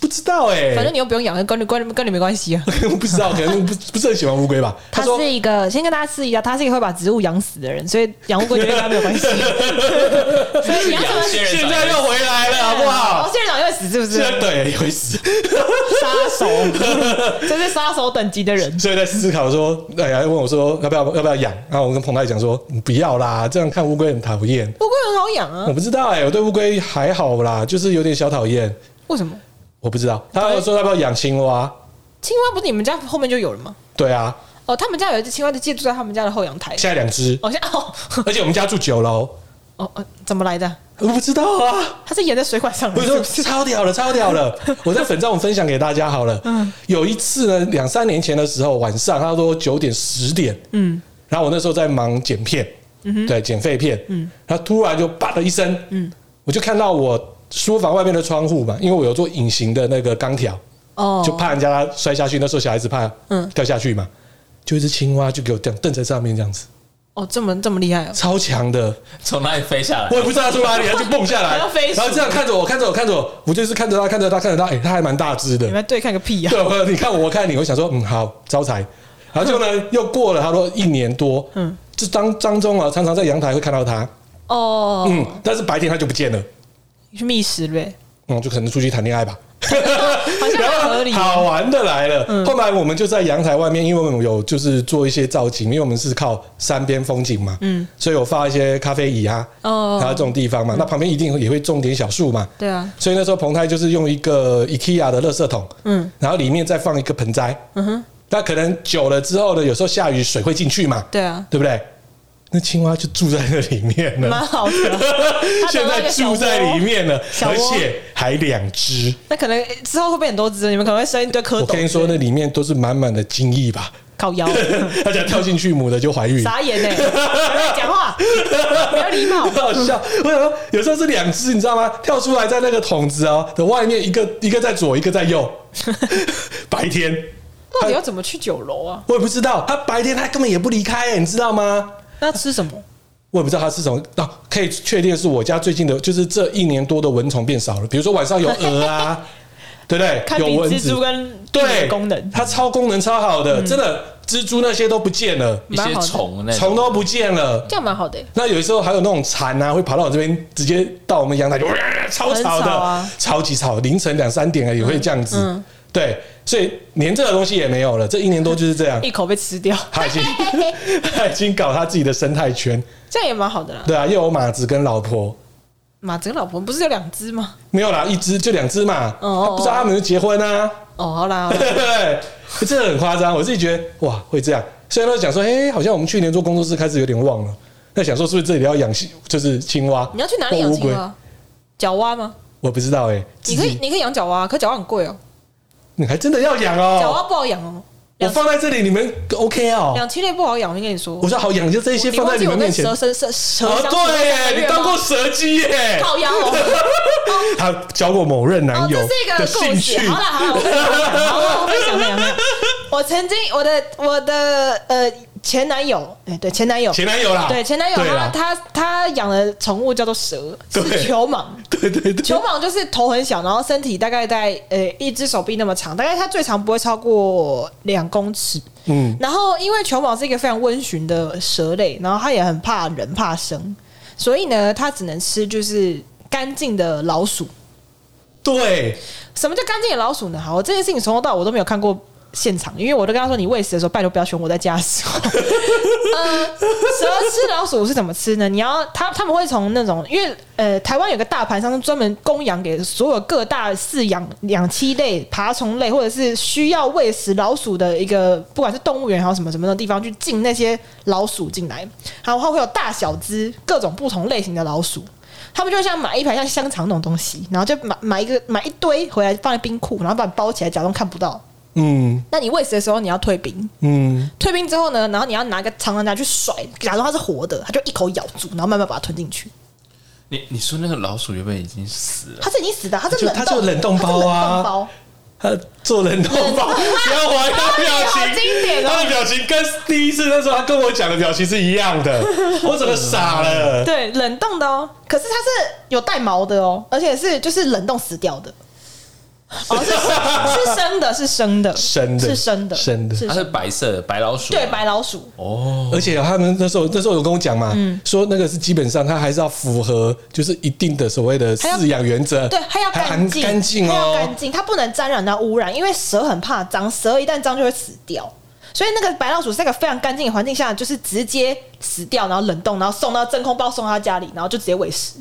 不知道哎，反正你又不用养，跟你关跟你没关系啊。 我不知道，可能不不是很喜欢乌龟吧。他说是一个，先跟大家示意一下，他是一个会把植物养死的人，所以养 乌龟绝对跟他没有关系。所以你要怎么养仙人掌现在又回来啊了，好啊不哦好？仙人掌也会死 是不 是现？在对也会死，杀手，这是杀手等级的人。所以在思考说，哎呀，问我说要不要要不要养？然后我跟彭太讲说，你不要啦，这样看乌龟很讨厌。乌龟很好养我啊，不知道哎、我对乌龟还好啦，就是有点小讨厌。为什么？我不知道，他又说要不要养青蛙？青蛙不是你们家后面就有了吗？对啊，哦，他们家有一只青蛙就寄住在他们家的后阳台。现在两只，哦，像哦 而且我们家住九楼，哦哦，怎么来的？我不知道啊。它是沿着水管上来我的。说超屌了，超屌了！我在粉账分享给大家好了。有一次呢，两三年前的时候晚上，差不多九点十点，嗯，然后我那时候在忙剪片，对，剪废片，嗯，然后突然就叭的一声，嗯，我就看到我书房外面的窗户嘛，因为我有做隐形的那个钢条，哦，就怕人家摔下去，那时候小孩子怕嗯掉下去嘛，就一只青蛙就给我这样蹬在上面这样子，哦，这么这么厉害哦。超强的，从哪里飞下来我？也不知道它从哪里，它就蹦下 来，还要飞鼠然后这样看着我，看着我，看着我，我就是看着它，看着它，看着它，哎、它还蛮大只的你，们对看个屁啊呀、对，我你看我，我看你，我想说，嗯，好，招财。然后就呢，又过了差不多一年多，嗯，就张张忠啊，常常在阳台会看到它，哦，嗯，但是白天它就不见了，你去觅食呗，嗯，就可能出去谈恋爱吧。好像很合理。嗯好玩的来了。后来我们就在阳台外面，因为我们有就是做一些造景，因为我们是靠山边风景嘛，嗯，所以我放一些咖啡椅啊，哦然后这种地方嘛，那旁边一定也会种点小树嘛。对啊，所以那时候彭泰就是用一个 IKEA 的垃圾桶，嗯然后里面再放一个盆栽，嗯哼，那可能久了之后呢，有时候下雨水会进去嘛，对啊，对不对？那青蛙就住在那里面蛮了， 好的。它得现到一在个小窝住在里，面了，小窝而且还两只。那可能呃之后会变很多只，你们可能会生一堆蝌蚪。我跟你说，那里面都是满满的精液 吧。烤 腰，他只要跳进去，母的就怀孕。傻眼呢、欸，不要讲话，不要礼貌很。 好笑，我想说，有时候是两只，你知道吗？跳出来在那个桶子哦的外面，一个一个在左，一个在 右。白天，到底要怎么去九楼啊？我也不知道，他白天他根本也不离开、你知道吗？那吃什么？我也不知道它是什么啊，可以确定是我家最近的，就是这一年多的蚊虫变少了。比如说晚上有蛾 啊，对不对？看有比蚊蜘子蛛，跟地雷对，功能，嗯它超功能超好的，真的，蜘蛛那些都不见了，一些虫那虫种都不见了。这样蛮好的、那有时候还有那种蝉啊，会爬到我这边，直接到我们阳台就超吵很的，吵啊超级吵，凌晨两三点啊也会这样子。嗯对，所以连这个东西也没有了，这一年多就是这 样。一口被吃掉，他已经 他已经搞他自己的生态圈，这样也蛮好的啦。对啊，又有马子跟老婆，马子跟老婆不是有两只吗？没有啦，一只就两只嘛，哦哦哦他不知道他们就结婚啊，哦，好啦，好 啦对不对？这很夸张，我自己觉得哇会这样。虽然都讲说，哎、好像我们去年做工作室开始有点忘了，那想说是不是这里要养就是青蛙？ 你要去哪里养青哦蛙？角蛙吗？我不知道哎、自己你可以，你可以养角蛙，可角蛙很贵哦，你还真的要养角蛙哦！不好养哦，我两放在这里，你们 OK 哦？两栖类不好养，我先跟你说。我说好养，就这些你放在忘你记我们跟面前。蛇哦，身蛇蛇相处对三个耶，月你当吗过蛇姬耶？靠 腰哦，他交过某任哦男这友是一个的故兴事。趣好，了好了，我跟你讲好了，我 分享分享分享。我曾经我的我的呃前男友，哎对前男友。前男友啦，对前男友啊对他啦，他他养的宠物叫做蛇，对是球蟒。对对球对，蟒就是头很小，然后身体大概在呃一只手臂那么长，大概它最长不会超过两公尺。嗯，然后因为球蟒是一个非常温驯的蛇类，然后它也很怕人怕生，所以呢，它只能吃就是干净的老鼠。对，什么叫干净的老鼠呢？好，我这件事情从头到尾我都没有看过现场，因为我都跟他说，你喂食的时候，拜托不要选我在家的时候。呃，蛇吃老鼠是怎么吃呢？你要他他们会从那种，因为呃，台湾有个大盘商是专门供养给所有各大饲养养栖类、爬虫类或者是需要喂食老鼠的一个，不管是动物园还有什么什么的地方去进那些老鼠进来，然后会有大小只各种不同类型的老鼠。他们就像买一盘像香肠那种东西，然后就买买一个买一堆回来放在冰库，然后把它包起来，假装看不到。嗯那你喂食的时候你要退冰，嗯退冰之后呢，然后你要拿个长长拿去甩，假装它是活的，它就一口咬住，然后慢慢把它吞进去。你你说那个老鼠原本已经死了，它是已经死的，它是就冷它就冷冻包啊它是冷冻包他做人都 包，不要玩他的表好情，经典哦他的表情跟第一次那时候他跟我讲的表情是一样 的，我整个傻了。对，冷冻的哦。可是它是有带毛的哦，而且是就是冷冻 死掉的。哦，是是生的，是生的，生的是生的，生的是它是白色的白老鼠啊、对白老鼠。哦，而且他们那时候那时候有跟我讲嘛，嗯说那个是基本上他还是要符合就是一定的所谓的饲养原则， 对，它要还干净，干净它要哦干。净，它不能沾染到污染，因为蛇很怕脏，蛇一旦脏就会死掉。所以那个白老鼠是在一个非常干净的环境下，就是直接死掉，然后冷冻，然后送到真空包送到他家里，然后就直接喂食。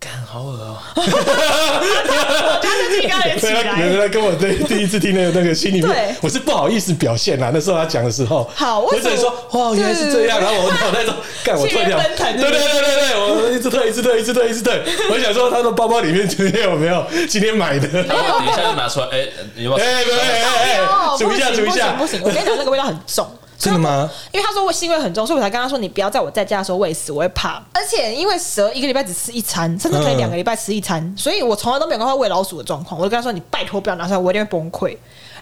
干好恶 哦、自己刚才也起对，他可能来。在跟我对第一次听那个那个心里对面，我是不好意思表现啦。那时候他讲的时候，好我为只什么能说哇，原来是这样。然对后我脑袋中干，我气退焰掉，奔腾对对对对对，我一直退，一直退，一直退，一直退。我想说，他的包包里面今天有没有今天买的？然后等一下就拿出来，哎、你要不要？哎， 对哎哎哦哎，不数一下，行数一不行下不，行！我跟你讲，那个味道很重。 真的吗？因为他说我腥味很重，所以我才跟他说你不要在我在家的时候喂食，我会怕。而且因为蛇一个礼拜只吃一餐，甚至可以嗯两个礼拜吃一餐，所以我从来都没有跟他喂老鼠的状况。我就跟他说你拜托不要拿出来，我一定会崩溃。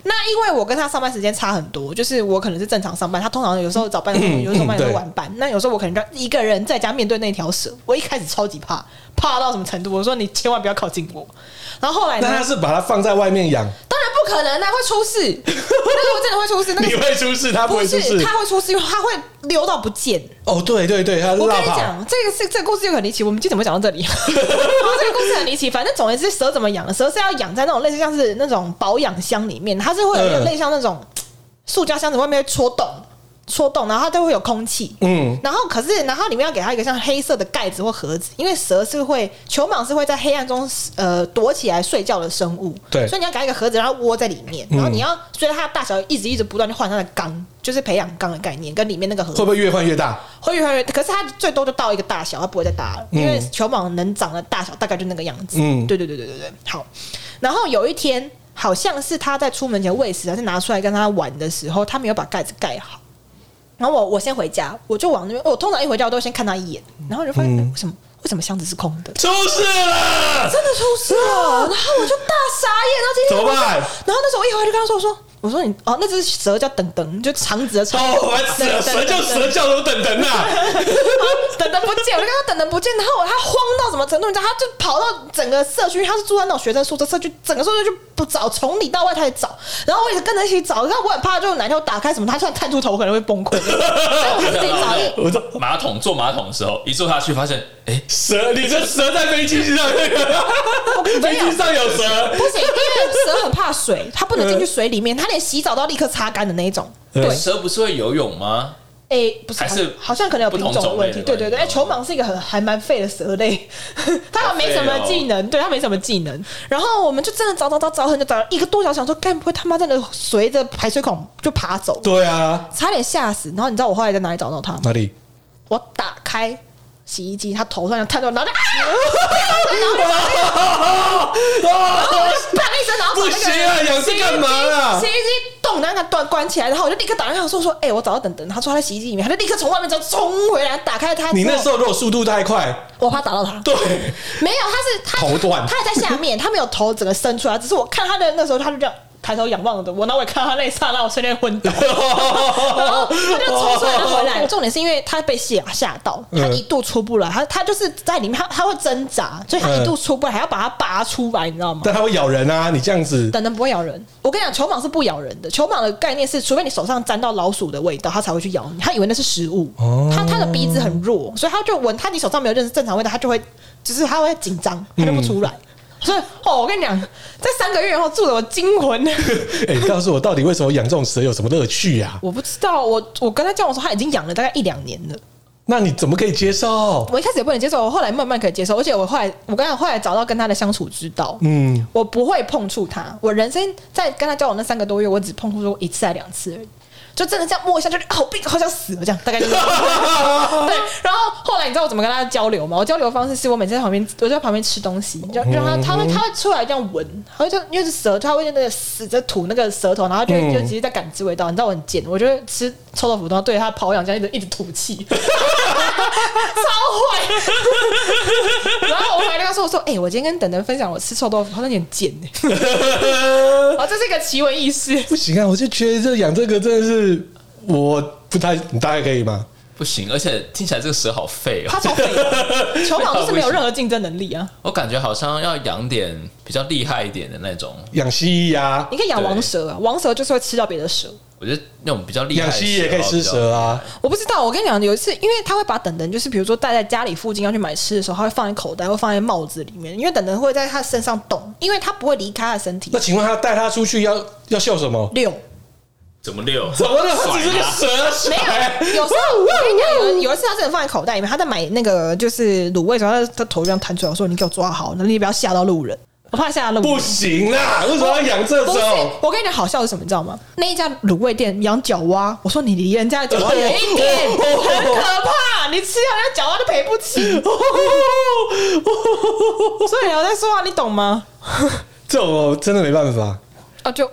那因为我跟他上班时间差很多，就是我可能是正常上班，他通常有时候早班，嗯有时候上班，有时候晚班。那有时候我可能就一个人在家面对那条蛇，我一开始超级怕，怕到什么程度？我说你千万不要靠近我。然后后来呢那？他是把它放在外面养，当然不可能啊，会出事，那个真的会出事。那 你个会出事，他不不会出是事。它会出事，因为它会溜到不见。哦，对对对，他我跟落你跑。讲，这个是这个故事又很离奇，我们今天怎么讲到这 里？然后这个故事很离奇，反正总而言之，蛇怎么养的？蛇是要养在那种类似像是那种保养箱里面，它是会有点嗯类似像那种塑胶箱子外面会戳洞，戳洞，然后它都会有空气。嗯，然后可是，然后里面要给它一个像黑色的盖子或盒子，因为蛇是会球蟒是会在黑暗中呃躲起来睡觉的生物，对嗯所以你要给它一个盒子，然后窝在里面，然后你要随着它的大小一直一直不断去换它的缸，就是培养缸的概念，跟里面那个盒会子不会越换越大？会越来越，可是它最多就到一个大小，它不会再大了，因为球蟒能长的大小大概就那个样子。嗯对对对对对对，好。然后有一天，好像是他在出门前喂食，还是拿出来跟他玩的时候，他没有把盖子盖好。然后我我先回家，我就往那边，我通常一回家我都先看他一眼，然后我就嗯发现、哎为什么为什么箱子是空的，出事了，真的出事了，啊然后我就大傻眼，然后今啊 天怎么办？然后那时候我一回来就跟他说，我说我说你哦，那只蛇叫等等，就长直的长，哦，烦死了，等蛇叫蛇叫，什么等等啊？ 等等不见，我就跟他等等不见，然后他慌到什么程度？你知道，他就跑到整个社区，他是住在那种学生宿舍，社区整个宿舍就不找，从里到外他也找，然后我也跟着一起找，然后我很怕，就是哪天我打开什么，他突然探出头，可能会崩 溃，所以我就自己找。因为我说马桶坐马桶的时候，一坐下去发现，哎、蛇，你这蛇在飞机上 那个，飞机上有蛇。不行，因为蛇很怕 水，它不能进去水里面，它连洗澡都要立刻擦干的那一种。对，呃蛇不是会游泳吗？诶，哎不是，还是好像可能有品种的问题。不同种类的对对对，哎、哦球蟒是一个很还蛮废的蛇类， 它好像没什么技能，对它没什么技能。然后我们就真的找找找找很久，找了一个多小时，想说该不会他妈真的随着排水孔就爬走，对啊，差点吓死。然后你知道我后来在哪里找到它吗？哪里？我打开洗衣机，它头上就探出来，然后就 啊，啊 砰一声，然后把那不个行啊养是干嘛啊洗衣机洗衣机咚，然后它关关起来，然后我就立刻打电话说说，哎、我找到等等，他说他在洗衣机里面，他就立刻从外面就冲回来，打开它之后。你那时候如果速度太快，我怕打到他，对， 没有，他是他头断他还在下面，他没有头整个伸出来，只是我看他的那时候，他就这样抬头仰望着我，然后我也看到他那一刹那，我瞬间昏 倒。然后他哎就冲出来就回来。重点是因为他被吓吓到，嗯他一度出不来，他他就是在里面，他他会挣扎，所以他嗯一度出不来，还要把它拔出来，你知道吗？但它会咬人啊！你这样子，等等不会咬人。我跟你讲，球蟒是不咬人的。球蟒的概念是，除非你手上沾到老鼠的味道，它才会去咬你。它以为那是食物，它它的鼻子很弱，所以它就闻它你手上没有认识正常味道，它就会，只是它会紧张，它就不出来。所以哦，我跟你讲，在三个月后住的我惊魂。哎、你告诉我到底为什么养这种蛇有什么乐趣啊呀、我不知道，我我跟他讲，我说他已经养了大概一两年了。那你怎么可以接受？我一开始也不能接受，我后来慢慢可以接受，而且我后来我刚才后来找到跟他的相处之道，嗯，我不会碰触他。我人生在跟他交往那三个多月，我只碰触过一次还两次而已。就真的这样摸一下，就是好病，好想死哦了，这样大 概就是。对，然后后来你知道我怎么跟他交流吗？我交流的方式是我每次在旁边，我就在旁边吃东西，就让他他会嗯他会出来这样闻，他会就因为是舌，他会那个死着吐那个舌头，然后就嗯就直接在感知味道。你知道我很贱，我就会吃臭豆腐，然后对着他的保养这样一直一直吐 气，超坏。然后我后来跟他说：“我说，哎、我今天跟等等分享我吃臭豆腐，他说你很贱 哎、然哦后这是一个奇闻异事。不行啊，我就觉得这养这个真的是我不太，你大概可以吗？不行，而且听起来这个蛇好废哦他。超肥的，球场就是没有任何竞争能力啊！我感觉好像要养点比较厉害一点的那种，养蜥蜴啊， 你可以养王蛇啊，王蛇就是会吃掉别的蛇。我觉得那种比较厉害养的蜥蜴也可以吃蛇啊。啊。我不知道，我跟你讲，有一次，因为他会把等等，就是比如说带在家里附近要去买吃的时候，他会放在口袋，会放在帽子里面，因为等等会在他身上动，因为他不会离开他的身体那。请问他带它出去要要秀什么？六怎么六？怎么了？它只是个甩吗蛇没甩。 有，有时候我跟你讲，有有一次他真的放在口袋里面，他在买那个就是卤味的时候，他他头这样弹出来，我说你给我抓好，那你不要吓到路人，我怕吓到路人。不行啦！为什么要养这不是种？，我跟你讲好笑的是什么，你知道吗？那一家卤味店养角蛙，我说你离人家的角蛙远一点，很可怕，你吃掉人家角蛙都赔不起。所以我在说话，你懂吗？这种我真的没办法。啊，就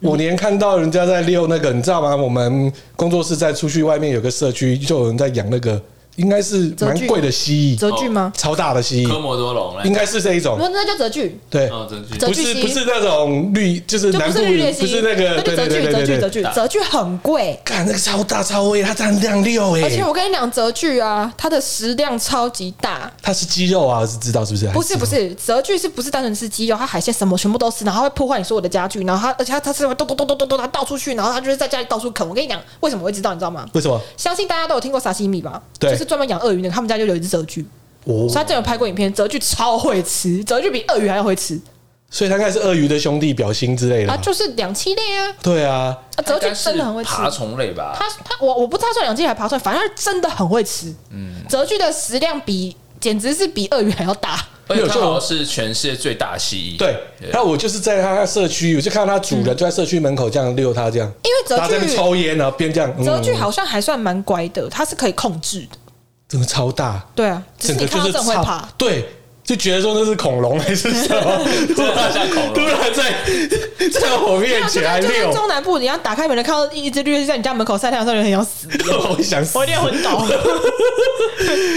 我连看到人家在遛那个，你知道吗？我们工作室在出去外面有个社区，就有人在养那个，应该是蛮贵的蜥蜴，折具吗？超大的蜥科蜴，摩多龙嘞应？该是这一不，种。那叫折具，对，哦，真折不具是蜥不是那种绿，就是就南不部是绿鬣蜥，不是那个，就对折对对对具折对具折对。具折具很贵。看那个超大超威，它这样这样遛哎、而且我跟你讲，折具啊，它的食量超级大，它是肌肉啊，是知道是不是？哎不是哦不是，折具是不是单纯吃鸡肉？它海鲜什么全部都吃，然后它会破坏你所有的家具，然后它而且它它是会咚咚咚咚咚咚，它到处去，然后它就是在家里到处啃。我跟你讲，为什么我会知道，你知道吗？为什么？相信大家都有听过沙西米吧？对就是专门养鳄鱼那个，他们家就有一只折具，哦所以，他真的有拍过影片，折具超会吃，折具比鳄鱼还要会吃所以它应该是鳄鱼的兄弟表亲之类的啊，吧。就是两栖类啊，对啊，啊折具真的很会吃。爬虫类吧？它它我我不知道它算两栖还爬出来，反正它真的很会吃。嗯，折具的食量比简直是比鳄鱼还要大。而且它有好我像是全世界最大 E 蜥蜴。对，然后我就是在他社区，嗯我就看到他主人就在社区门口这样遛他，这样，因为折具他在那边抽烟，然后边这样，嗯折具好像还算蛮乖的，它是可以控制的。真的超大，对啊，只是整你个看就到是这种会超怕。，对，就觉得说那是恐龙 还是什么，突然像恐龙突然在 在我面啊就前还跟就跟遛，中南部，你要打开门看到一只绿鬣蜥在你家门口晒太阳的时候，你很想死， 我想死我一，定昏倒。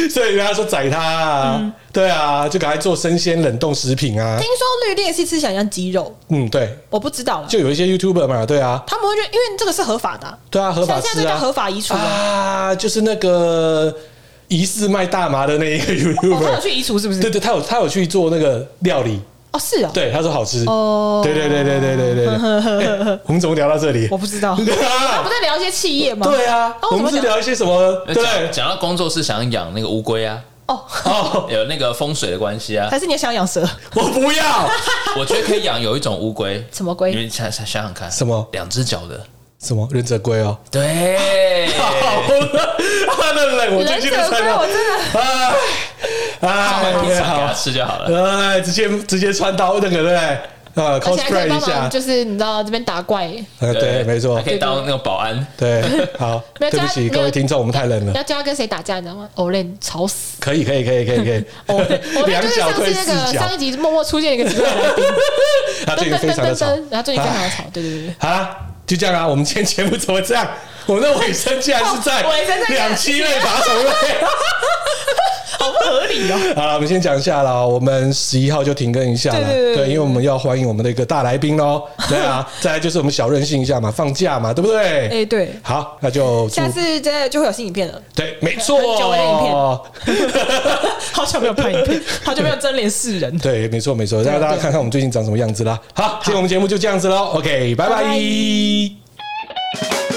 所以人家说宰他嗯啊，对啊，就赶快做生鲜冷冻食品啊听，说绿鬣蜥吃起来像鸡肉，嗯，对，我不知道啦。就有一些 YouTuber 嘛，对啊，他们会觉得，因为这个是合法的啊、对啊，合法像现在吃这叫啊，合法移除啊。啊，就是那个疑似卖大麻的那一个哦，他有 YouTuber，去移除是不对是？对，他有他有去做那个料理，哦，是啊。对，他说好吃，哦对对对对对对对对。哎我们怎么聊到这里？我不知道。他不对在聊一些企业吗？啊，哦我们怎是么讲聊一些什么？那对不讲，对，讲到工作室想养那个乌龟啊，哦，哦， 有那个风水的关系啊。还是你想养蛇？我不要我觉得可以养有一种乌龟，什么龟你们想想想想看，什么两只脚的？什么忍者龟哦， 对，好了，那冷我忍进去者就龟，猜到我，真的哎买披哎，萨给它好，吃就好了。哎，直接直接穿到那个对不对？啊而且还可以，cosplay 一帮忙，下，就是你知道这边打怪，呃， 对，没错还，可以当那个保安。对，好， 没有对不没起有各位听众，我们太冷了，要教他跟谁打架，你知道吗 o l e n 吵死。可以，可以，可以，可以，可 以，哦我两就是脚上次推那个四脚上，一集默默出现一个奇怪的来宾，他最近非常的吵，然后最近非常的吵，对对对。好啦，就这样啊，我们今天节目怎么这样？我们的尾声竟然是在哦尾声在这两栖类爬虫类。 好不合理哦。好了，我们先讲一下啦，我们十一号就停更一下了，对对对对因为我们要欢迎我们的一个大来宾喽。对啊，再来就是我们小任性一下嘛，放假嘛，对不对？哎，对，好，那就祝下次真的就会有新影 片了。对，没错很久的影， 好久没有拍影片，好久没有真脸示人。对，啊没错没错，让大家看看我们最近长什么样子啦。好，今天我们节目就这样子喽，OK，拜拜。拜拜